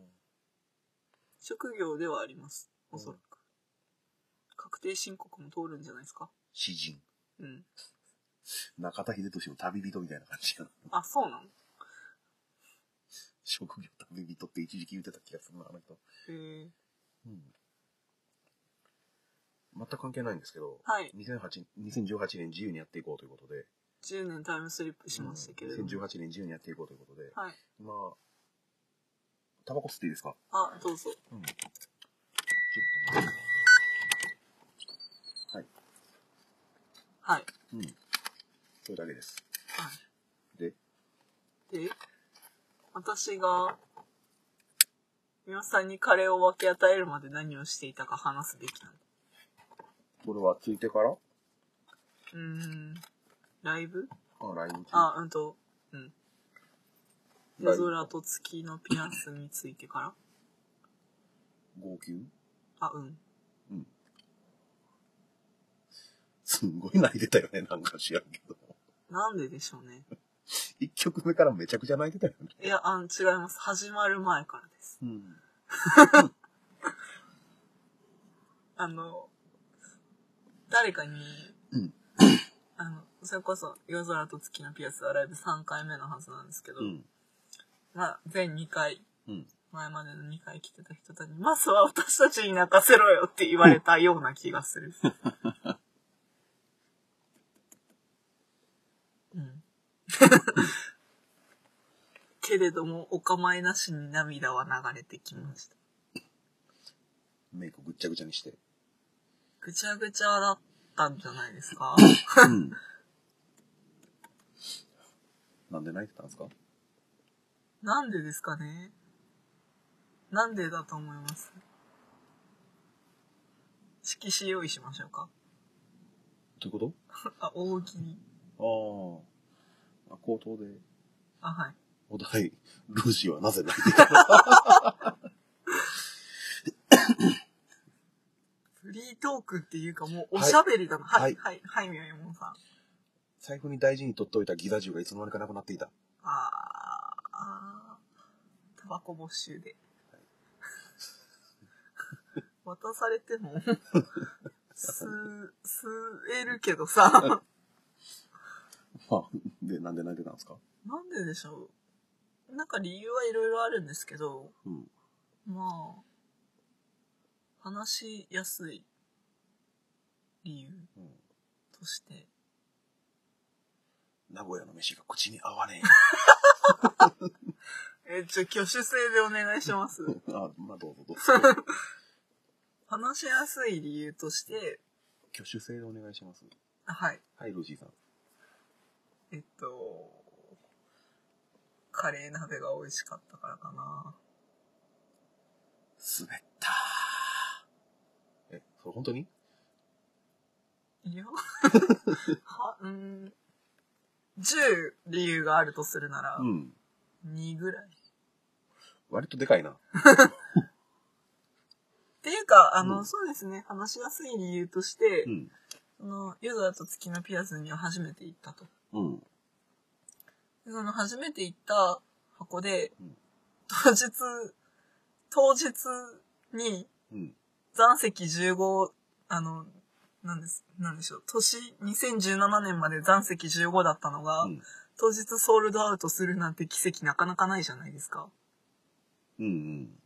B: 職業ではあります。おそらく。
A: う
B: 確定申告も通るんじゃないですか。
A: 詩人。
B: うん。
A: 中田秀俊の旅人みたいな感じやな。
B: あ、そうなの
A: 職業旅人って一時期言ってた気がするな、あの人。
B: へえ。
A: うん。全く関係ないんですけど、
B: はい。
A: 2008 2018年自由にやっていこうということで、
B: 10年タイムスリップしましたけれど
A: うん
B: も。
A: 2018年自由にやっていこうということで、
B: はい。
A: まあ、タバコ吸っていいですか
B: あ、どうぞ。
A: うん。ちょっと待ってはい。
B: はい。
A: うん。それだけです。
B: は
A: で、
B: い。で、私が、皆さんにカレーを分け与えるまで何をしていたか話すべきなの。
A: これはついてから
B: うーん。ライブ
A: あ、ライブ中。
B: あ、うんと、うん。
A: ライ
B: 夜
A: ブ
B: 空と月のピアスについてから
A: 号泣
B: あ、うん。
A: うん。すんごい泣いてたよね、なんか知らんけど。
B: なんででしょうね。
A: 一曲目からめちゃくちゃ泣いてたよね。
B: いや、あの、違います。始まる前からです。
A: うん。
B: あの、誰かに、
A: うん
B: あの、それこそ、夜空と月のピアスはライブ3回目のはずなんですけど、
A: うん。
B: まあ、全2回、
A: うん。
B: 前までの2回来てた人たちに、まずは私たちに泣かせろよって言われたような気が する。うん。けれども、お構いなしに涙は流れてきました。
A: メイクぐっちゃぐちゃにして。
B: ぐちゃぐちゃだったんじゃないですか
A: うん。なんで泣いてたんですか
B: なんでですかねなんでだと思います色紙用意しましょうか。
A: どういうこと
B: あ、大喜利。
A: ああ。口頭で、
B: あ、はい。
A: お題、ルーシーはなぜ泣いていたの
B: フリートークっていうかもうおしゃべりだな。は
A: はい
B: い、はい、はい、みよよもんさん。
A: 財布に大事に取っといたギザ銃がいつの間にかなくなっていた。
B: あーあー、タバコ没収で。渡され ても、吸う、吸えるけどさ、
A: まあ、 で、なんで泣いてたんですか
B: なんででしょう。なんか理由はいろいろあるんですけど、
A: うん。
B: まあ、話しやすい理由
A: うん。
B: として、
A: 名古屋の飯が口に合わね
B: え、ちょ、挙手制でお願いします。
A: え。 あ、まあどうぞどうぞ。
B: 話しやすい理由として、
A: 挙手制でお願いします。
B: あはい。
A: はい、ロジーさん。
B: えっと、カレー鍋が美味しかったからかな。
A: 滑ったー。え、それ本当に
B: い やは、うーん。10理由があるとするなら
A: う、ん。
B: 2ぐらい。
A: 割とでかいな。
B: っていうか、あの、
A: うん
B: そうですね、話しやすい理由として、
A: うん。
B: その、ユダと月のピアスには初めて行ったと。
A: うん。
B: でその、初めて行った箱で、
A: うん
B: 当日、当日に、
A: うん。
B: 残席15、あの、なんです、なんでしょう、年、2017年まで残席15だったのが、
A: うん。
B: 当日ソールドアウトするなんて奇跡なかなかないじゃないですか。
A: うんうん。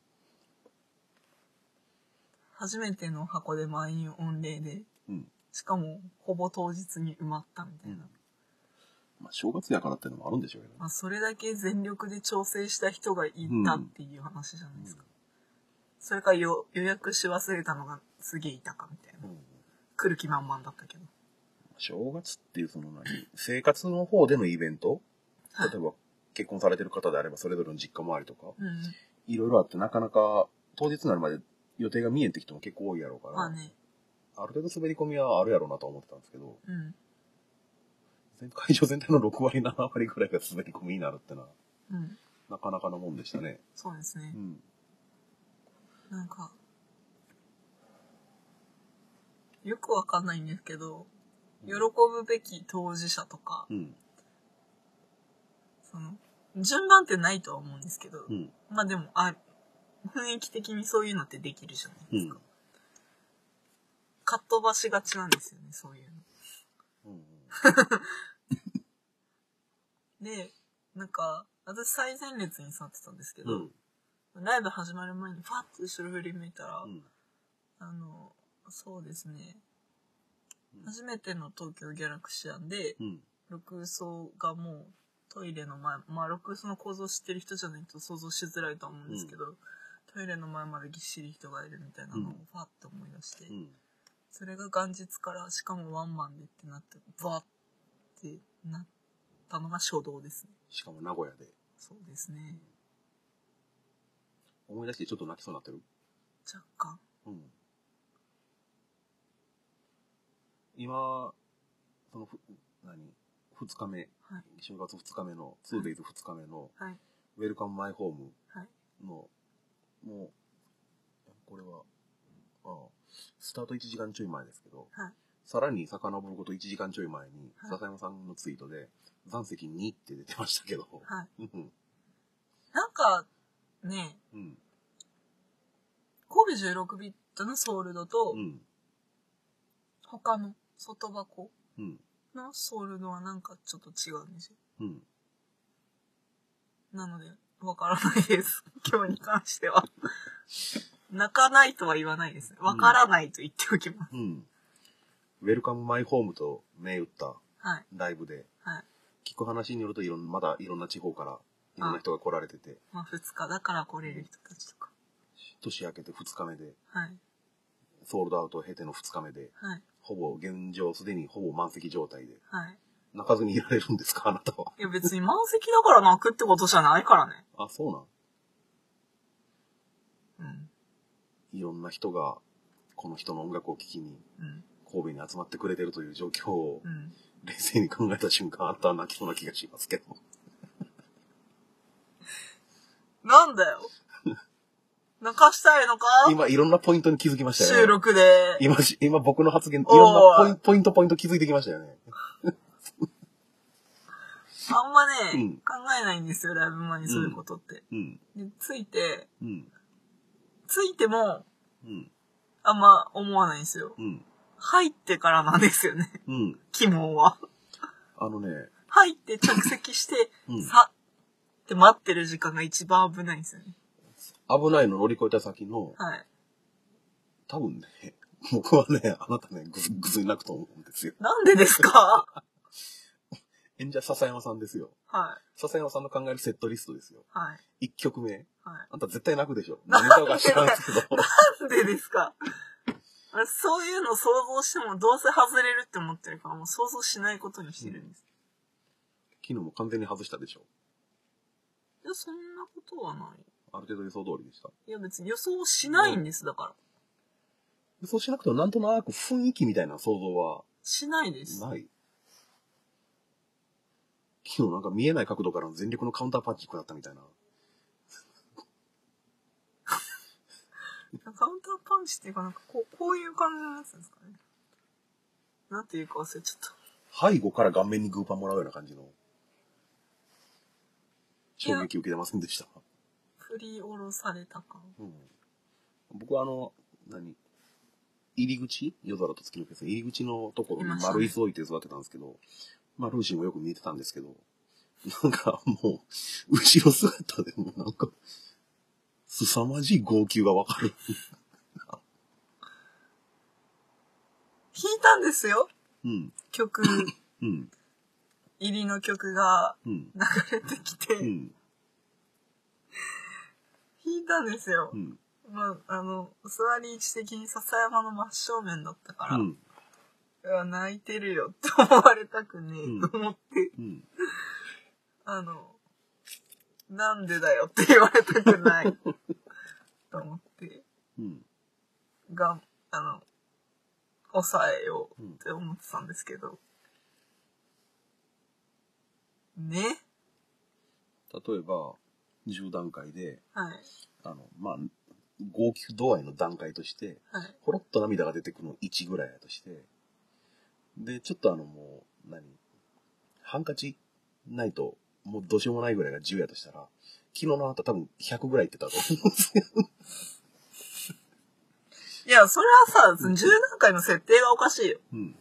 B: 初めての箱で満員御礼で、
A: うん。
B: しかも、ほぼ当日に埋まったみたいな。
A: まあ、正月やからってのもあるんでしょうけどね
B: まあ、それだけ全力で調整した人がいたっていう話じゃないですか。それからよ予約し忘れたのがすげえ痛かみたいな
A: う。ん。
B: 来る気満々だったけど。
A: 正月っていうその何生活の方でのイベント
B: はい
A: 例えば結婚されてる方であればそれぞれの実家周りとか、
B: うん。
A: いろいろあってなかなか当日になるまで予定が見えてきても結構多いやろうから、
B: まあね。
A: ある程度滑り込みはあるやろうなとは思ってたんですけど、
B: うん。
A: 全会場全体の6割、7割ぐらいが滑り込みになるってのは、
B: うん。
A: なかなかのもんでしたね。
B: そうですね
A: う。ん。
B: なんか、よくわかんないんですけど、喜ぶべき当事者とか、
A: うん。
B: その、順番ってないとは思うんですけど、
A: うん。
B: まあでも、あ、雰囲気的にそういうのってできるじゃないですか。
A: うん
B: かっ飛ばしがちなんですよね、そういう
A: うん。
B: の。で、なんか、私最前列に座ってたんですけ
A: う
B: ど、
A: ん。
B: ライブ始まる前にファッと後ろ振り向いたら、
A: うん。
B: あの、そうですね、
A: うん
B: 初めての東京ギャラクシアンで、
A: うん。
B: 6層がもうトイレの前、まあ6層の構造を知ってる人じゃないと想像しづらいとは思うんですけど、トイレの前までぎっしり人がいるみたいなのをファッと思い出して、
A: うん。
B: それが元日からしかもワンマンでってなって、バーってなったのが初動ですね。
A: しかも名古屋で。
B: そうですね。
A: 思い出してちょっと泣きそうになってる。
B: 若干。
A: うん。今、そのふ、何二日目、
B: はい。
A: 正月二日目の、2 days 二日目の、
B: はい。
A: ウェルカムマイホーム
B: はい。
A: の、もう、これは、ああスタート1時間ちょい前ですけど、
B: はい
A: さらに遡ること1時間ちょい前に、
B: はい
A: 笹山さんのツイートで、残席2って出てましたけど、
B: はい。
A: うん、
B: なんか、ね、
A: うん、
B: 神戸16ビットのソールドと
A: う、ん、
B: 他の外箱
A: うん、
B: のソールドはなんかちょっと違うんですよ。
A: うん。
B: なので、わからないです。 今日に関しては。泣かないとは言わないですね。わからないと言っておきます。
A: うんウェルカムマイホームと銘打った
B: はい。
A: ライブで、
B: はい。
A: 聞く話によるといろん、まだいろんな地方からいろんな人が来られてて、
B: まあ、二日だから来れる人たちとか。
A: 年明けて2日目で、
B: はい。
A: ソールドアウトを経ての2日目で、
B: はい。
A: ほぼ現状すでにほぼ満席状態で、
B: はい。
A: 泣かずにいられるんですか、あなたは。
B: いや、別に満席だから泣くってことじゃないからね。
A: あ、そうなん
B: うん。
A: いろんな人が、この人の音楽を聴きに、
B: うん。
A: 神戸に集まってくれてるという状況を
B: う、ん。
A: 冷静に考えた瞬間、あったは泣きそうな気がしますけど。
B: なんだ よ。泣かしたいのか
A: 今、いろんなポイントに気づきましたよね。
B: 収録で。
A: 今し、今僕の発言、いろんなポイ
B: お
A: ンポイント、ポイント気づいてきましたよね。
B: あんまね、
A: うん
B: 考えないんですよ、ライブ前にそういうことって。
A: うん、
B: で、ついて、
A: うん、
B: ついても、
A: うん、
B: あんま思わないんですよ。
A: うん、
B: 入ってからなんですよね。
A: うん。
B: 鬼門は。
A: あのね、
B: 入って着席して、
A: うん
B: さって待ってる時間が一番危ないんですよね。
A: 危ないの乗り越えた先の、
B: はい。
A: 多分ね、 僕はね、あなたね、ぐずぐずに泣くと思うんですよ。
B: なんでですか
A: 演者笹山さんですよ。
B: はい。
A: 笹山さんの考えるセットリストですよ。
B: はい。
A: 1曲目。
B: は
A: あんた絶対泣くでしょ。何歌うか知らんすけど。
B: い。でですかあそういうの想像してもどうせ外れるって思ってるからもう想像しないことにしてるんです。
A: 昨日も完全に外したでしょ。
B: いや、そんなことはない。
A: ある程度予想通りでした。
B: いや別に予想しないんです、だから。
A: 予想しなくてもなんとなく雰囲気みたいな想像は
B: しないです。
A: ない。昨日なんか見えない角度からの全力のカウンターパンチ食らったみたいな。
B: カウンターパンチっていうかなんかこう、こういう感じのやつですかね。なんていうか忘れちゃった。
A: 背後から顔面にグーパンもらうような感じの衝撃を受けてませんでした。
B: 振り下ろされた感。
A: うん、僕はあの、何入り口夜空と月のフェス入り口のところに
B: いましたね
A: 丸椅子置いて座ってたんですけど、まあ、ルーシーもよく見えてたんですけど、なんかもう、後ろ姿でもなんか、凄まじい号泣がわかる。
B: 弾いたんですよ
A: うん、
B: 曲、
A: うん、
B: 入りの曲が
A: うん、
B: 流れてきて、
A: う
B: 弾
A: ん、
B: いたんですよ
A: う。ん、
B: まあ、あの、座り位置的に笹山の真正面だったから、
A: う、
B: うんわ泣いてるよって思われたくねえと思って、
A: うん。
B: あの、なんでだよって言われたくない と思って、
A: うん
B: が、あの、抑えようって思ってたんですけど、ね
A: 例えば、10段階で、
B: はい。
A: あの、まあ、号泣度合いの段階として、
B: はい。
A: ほろっと涙が出てくるの1ぐらいやとして、で、ちょっとあのもう、何ハンカチないと、もうどうしようもないぐらいが10やとしたら、昨日のあなた多分100ぐらいいってたと思 うんですよ。
B: いや、それはさ、その10段階の設定がおかしいよ。
A: うん。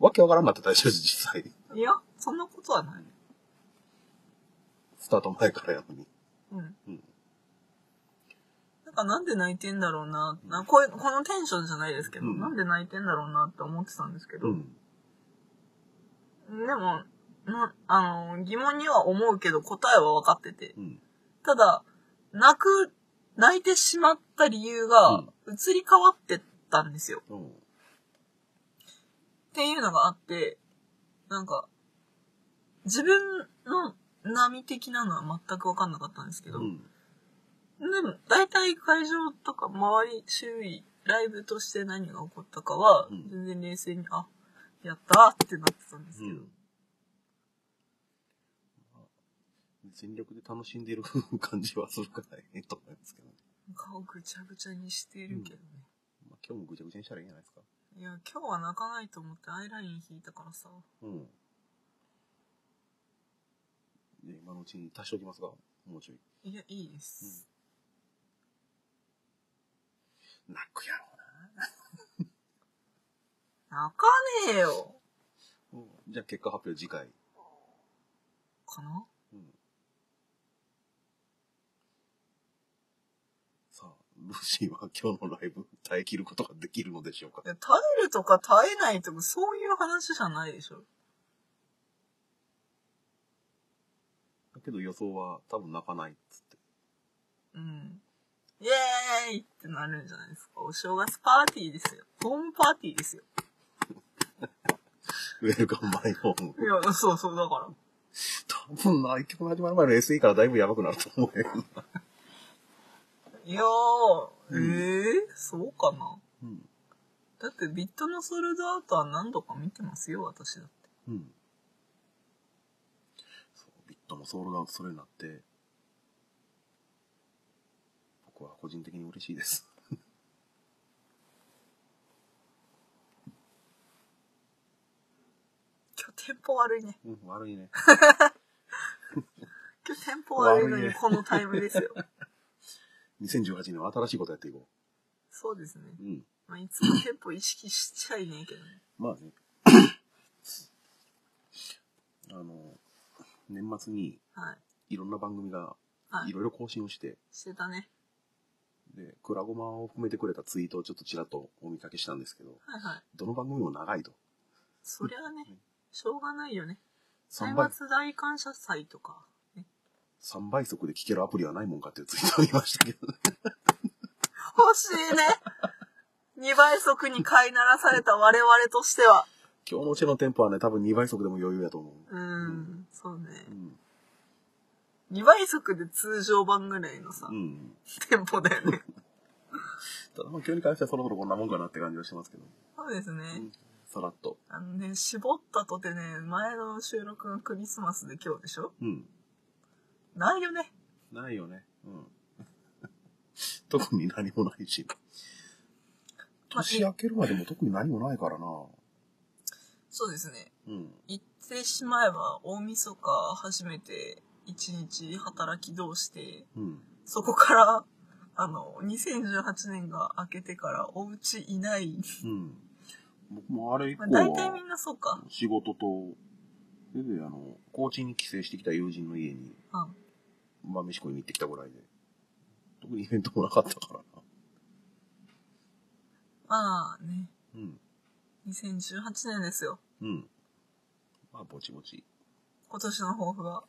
A: わけわからんなってたでしょ、実際。
B: いや、そんなことはない。
A: スタート前からやのに。
B: うん。
A: うん
B: なんかなんで泣いてんだろうな、なこういうこのテンションじゃないですけど、
A: うん
B: なんで泣いてんだろうなって思ってたんですけど、
A: ん。
B: でも、なあの、疑問には思うけど答えは分かってて。
A: うん。
B: ただ、泣く、泣いてしまった理由が移り変わってったんですよ。
A: うん。
B: っていうのがあって、なんか、自分の波的なのは全く分かんなかったんですけ
A: う
B: ど、
A: ん。
B: でも、大体会場とか周り、周囲、ライブとして何が起こったかは
A: うん、
B: 全然冷静に、あ、やったーってなってたんです
A: う
B: けど、
A: ん。全力で楽しんでる 感じはするからええと思いますけどね。
B: 顔ぐちゃぐちゃにしてるけどね。
A: まあ、今日もぐちゃぐちゃにしたらいいんじゃないですか。
B: いや、今日は泣かないと思ってアイライン引いたからさ。
A: うん。で、今のうちに足しておきますが、もうちょい。
B: いや、いいです。
A: 泣くやろ
B: 泣かねえよ
A: うな。じゃあ結果発表次回。
B: かな
A: うん。さあ、ルーシーは今日のライブ耐え切ることができるのでしょうか
B: いや耐えるとか耐えないとか、そういう話じゃないでしょ。
A: だけど予想は多分泣かないっつって。
B: うん。イエーイってなるんじゃないですか。お正月パーティーですよ。ホームパーティーですよ。
A: ウェルカムマイホーム。
B: いや、そうそう、だから。
A: 多分な、一曲の始まる前の SE からだいぶやばくなると思うよ。
B: いやー、
A: うん
B: ええそうかな。
A: うん。
B: だってビットのソールドアウトは何度か見てますよ、私だって。
A: うん。そう、ビットもソールドアウトそれになって、僕は個人的に嬉しいです。
B: 今日テンポ悪いね。
A: うん、 悪いね。
B: 今日テンポ悪いの
A: 悪い
B: に
A: ね
B: このタイムですよ。
A: 2018年は新しいことやっていこ
B: そうですね。
A: う。うん。
B: まあ、いつもテンポ意識しちゃいねえけどね。
A: まあね。 あの、年末に
B: はい。
A: いろんな番組が
B: はいい。
A: ろいろ更新をして、
B: してたね。
A: で、クラゴマを含めてくれたツイートをちょっとちらっとお見かけしたんですけど、
B: はいはい。
A: どの番組も長いと。
B: そりゃあね。しょうがないよね。歳
A: 3倍、
B: 末大感謝祭とか。
A: 三倍速で聞けるアプリはないもんかっていうツイートを見ましたけどね。
B: 欲しいね。2倍速に飼いならされた我々としては。
A: 今日のうちの店舗はね、多分2倍速でも余裕やと思う。
B: うん、そうね。
A: うん。
B: 2倍速で通常版ぐらいのさ
A: う、ん。
B: テンポ だよね。
A: ただまあ今日に関してはそろそろこんなもんかなって感じはしてますけど。
B: そうですね。
A: うんさらっと。
B: あのね、絞ったとてね、前の収録がクリスマスで今日でしょ
A: うん。
B: ないよね。
A: ないよね。うん。 特に何もないし。
B: まあ
A: 年明けるまでも特に何もないからな。
B: そうですね。
A: うん。
B: 言ってしまえば、大晦日初めて一日働き通して、
A: うん。
B: そこから、 あの、2018年が明けてからお家い ない。
A: うん。僕もあれ以降
B: ま
A: は
B: あ、、大体みんなそうか。
A: 仕事と、それで、あの、高知に帰省してきた友人の家に、
B: うん。
A: まあ、飯食いに行ってきたぐらいで、特にイベントもなかったからな。
B: まあね、
A: うん。
B: 2018年ですよ。
A: うん。まあ、ぼちぼち。
B: 今年の抱負は。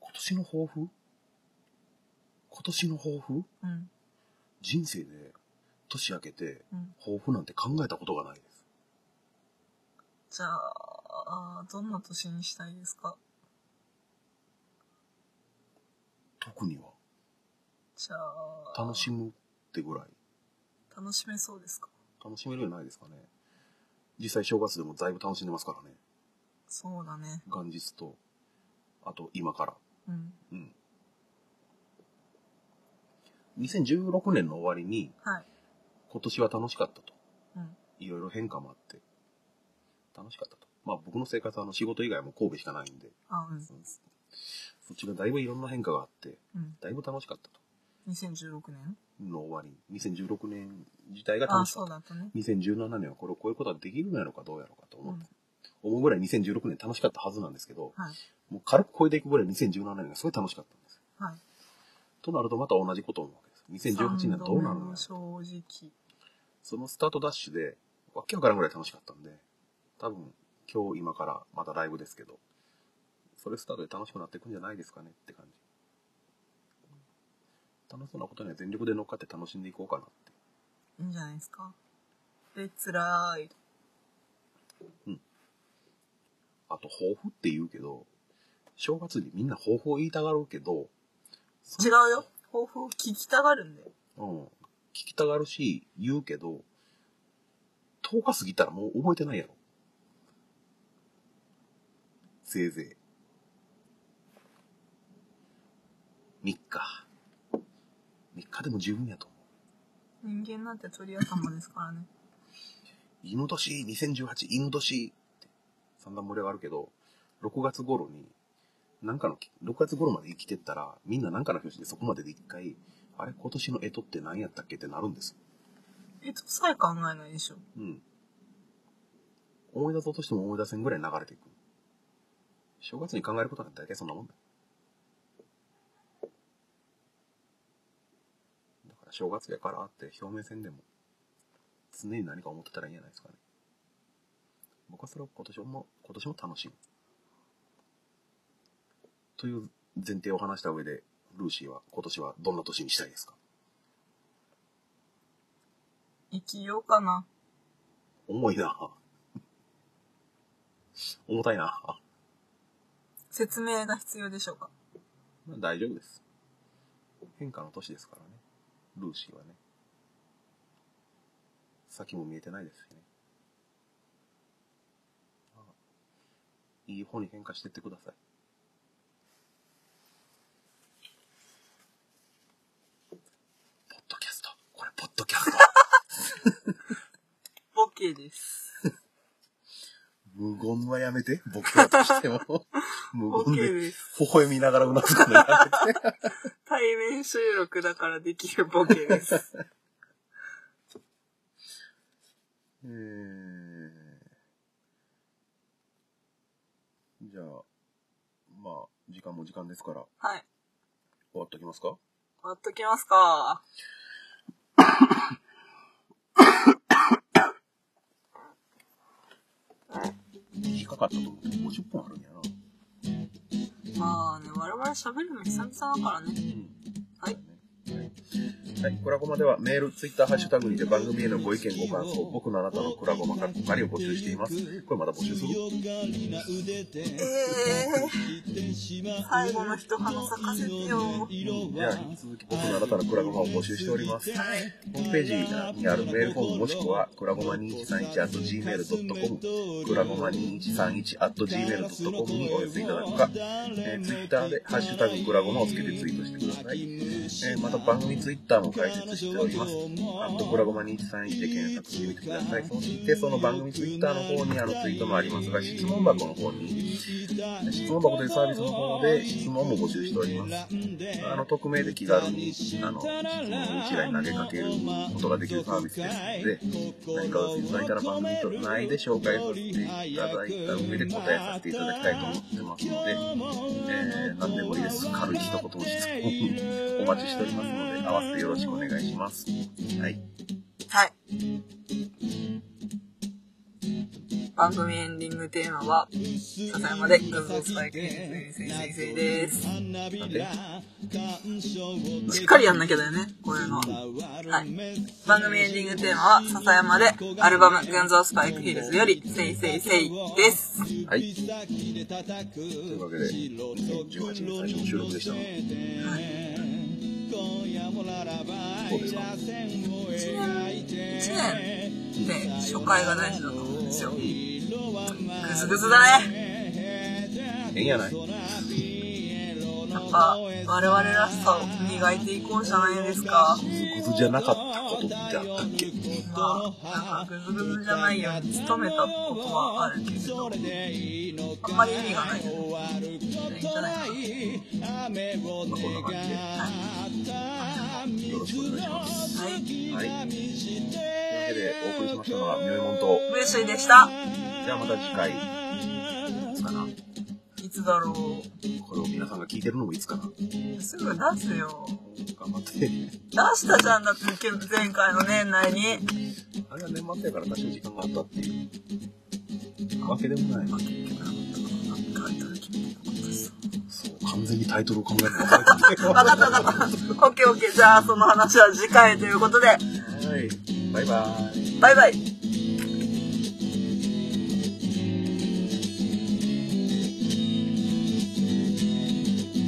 A: 今年の抱負今年の抱負
B: うん。
A: 人生で、年明けて、
B: うん。
A: 抱負なんて考えたことがないです。
B: じゃあ、あーどんな年にしたいですか
A: 特には。
B: じゃあ、
A: 楽しむってぐらい。
B: 楽しめそうですか
A: 楽しめるようないですかね。実際正月でもだいぶ楽しんでますからね。
B: そうだね。
A: 元日と、あと今から。
B: うん。
A: うん。2016年の終わりに、
B: はい。
A: 今年は楽しかったと。
B: うん。
A: いろいろ変化もあって、楽しかったと。まあ僕の生活はあの仕事以外も神戸しかないんで、
B: あ、うん。
A: うんそっちがだいぶいろんな変化があって、
B: うん。
A: だいぶ楽しかったと。
B: 2016年
A: の終わりに、2016年自体が
B: あ
A: 楽しか
B: そ
A: っ
B: う
A: た。
B: だったね。
A: 2017年はこれを超えることはできるのやろうかどうやろうかと
B: う
A: 思って
B: ん。、
A: 思うぐらい2016年楽しかったはずなんですけど、
B: はい。
A: もう軽く超えていくぐらい2017年がすごい楽しかったんです。
B: はい。
A: となるとまた同じことを思うわけです。2018年はどうなる
B: 三度目
A: の
B: の
A: や
B: 正直。
A: そのスタートダッシュで、わけわからんぐらい楽しかったんで、多分今日今からまたライブですけど、それスタートで楽しくなっていくんじゃないですかねって感じ。楽しそうなことには全力で乗っかって楽しんでいこうかなって。
B: いいんじゃないですか。で、辛い。
A: あと、抱負って言うけど、正月にみんな抱負を言いたがるけど、
B: 違うよ。抱負を聞きたがるんで。
A: うん。聞きたがるし、言うけど、10日過ぎたらもう覚えてないやろ。せいぜい。3日。3日でも十分やと思う。
B: 人間なんて鳥頭ですからね。
A: 犬年、2018、犬年って、散々盛り上がるけど、6月頃に、なんかのき、6月頃まで生きてったら、みんななんかの表紙でそこまでで一回、あれ、今年の干支って何やったっけってなるんです。
B: えっと、さえ考えないでしょ。
A: うん。思い出そうとしても思い出せんぐらい流れていく。正月に考えることなんて大体そんなもんだ。だから正月やからって表面戦でも常に何か思ってたらいいんじゃないですかね。僕はそれを今年も、今年も楽しむ。という前提を話した上で、ルーシーは今年はどんな年にしたいですか
B: 生きようかな。
A: 重いな重たいな
B: 説明が必要でしょうか。
A: まあ、大丈夫です。変化の年ですからね。ルーシーはね。先も見えてないですしね。まあいい方に変化してってください。ポッドキャスト。これ、ポッドキャスト。
B: ボケです。
A: 無言はやめて。ボケだとして も。無
B: ボ
A: 言
B: ケ
A: で、
B: です。
A: 微笑みながらうなずくのやめて
B: 対面収録だからできるボ ケです。
A: えーじゃあ、まあ、時間も時間ですから、
B: はい。
A: 終わっときますか
B: 終わっときますか。
A: 短かったと思う。50本あるんやな。
B: まあね、我々喋るの久々だからね。は
A: は
B: い
A: い。はい。クラゴマではメール、ツイッター、ハッシュタグにて番組へのご意見、ご感想、僕のあなたのクラゴマかっこかりを募集しています。これまだ募集する
B: えー、最後の一花咲かせてよ。
A: では、引き続き僕のあなたのクラゴマを募集しております。ホームページにあるメールフォームもしくは、クラゴマ2131 at gmail.com、クラゴマ2131 at gmail.com にお寄せいただくか、えー、ツイッターでハッシュタグクラゴマをつけてツイートしてください。えーまた番組ツイッターも開設しております。アットクラゴマ2131で検索してみてください。そして、その番組ツイッターの方にあのツイートもありますが、質問箱の方に、質問箱というサービスの方で質問も募集しております。あの、匿名で気軽に、あの、質問を一覧に投げかけることができるサービスですので、何かをいただいたら番組と内で紹介させていただいた上で答えさせていただきたいと思ってますので、えー、何でもいいです。軽い一言の質問お待ちしておりますので、合わせてよろしくお願いします。はい。
B: はい。番組エンディングテーマは、笹山で画像スパイク先生先生です。
A: なんで、
B: しっかりやんなきゃだよね、こういうのは。はい。番組エンディングテーマは、笹山で、アルバム、群像スパイクヒルズより、せいせいせいです。
A: はい。というわけで、2018年最初の収録でした。どうですか
B: 1年、1年で初回が大事だと思うんですよ。グズグズだね。
A: ええんやない
B: やっぱ、我々らしさを磨いていこうじゃないですか。
A: グズグズじゃなかったことってあったっけ
B: まあ、なんかグズグズじゃないように努めたことはあるけれど、あんまり意味がないよね。いいんじゃないかな。
A: まあ、こんな感じで、よろしくお願いします。
B: はい。
A: はい。というわけで、お送りしましたのは、ミョエモンと、
B: ブースイでした。
A: じゃあまた次回、いつかない
B: つだろう。
A: これを皆さんが聞いてるのもいつかな
B: すぐ出すよ。
A: 頑張って。
B: 出したじゃんだって前回の年内に。
A: あれは年末やから多少時間があったっていうわけでもない。
B: まあ結局なかったからな。タイトル決めてなかったしさ。
A: そう、完全にタイトルを考えてなかった。
B: わかったわかった。オッケーオッケー。じゃあその話は次回ということで、
A: はい。バイバイ。
B: バイバイ。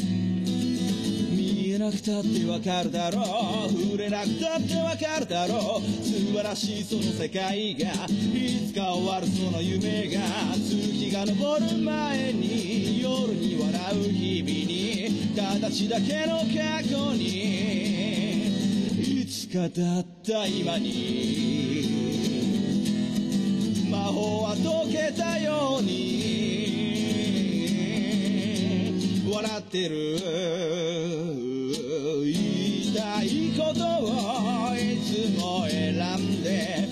C: 見えなくたってわかるだろう触れなくたってわかるだろう素晴らしいその世界がいつか終わるその夢が月が昇る前に夜に笑う日々に形だけの過去にいつかだった今に魔法は解けたように笑ってる言いたいことをいつも選んで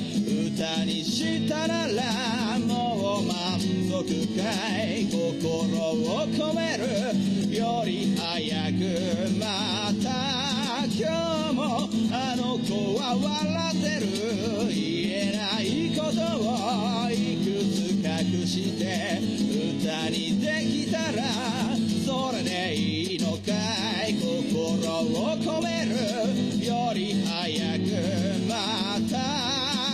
C: 歌にしたならもう満足かい心を込めるより早くまた今日もあの子は笑ってる言えないことをいくつ隠して歌にできたらそれでいいのかい心を込めるより早くまた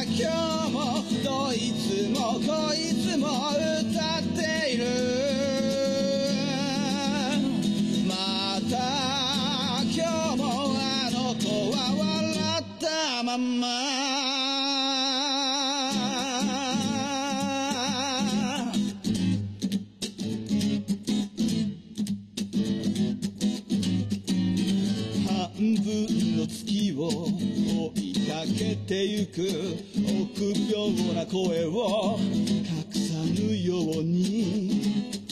C: 今日もどいつもこいつも歌っているまた今日もあの子は笑ったまんま半分の月を追いかけてゆく臆病な声を隠さぬように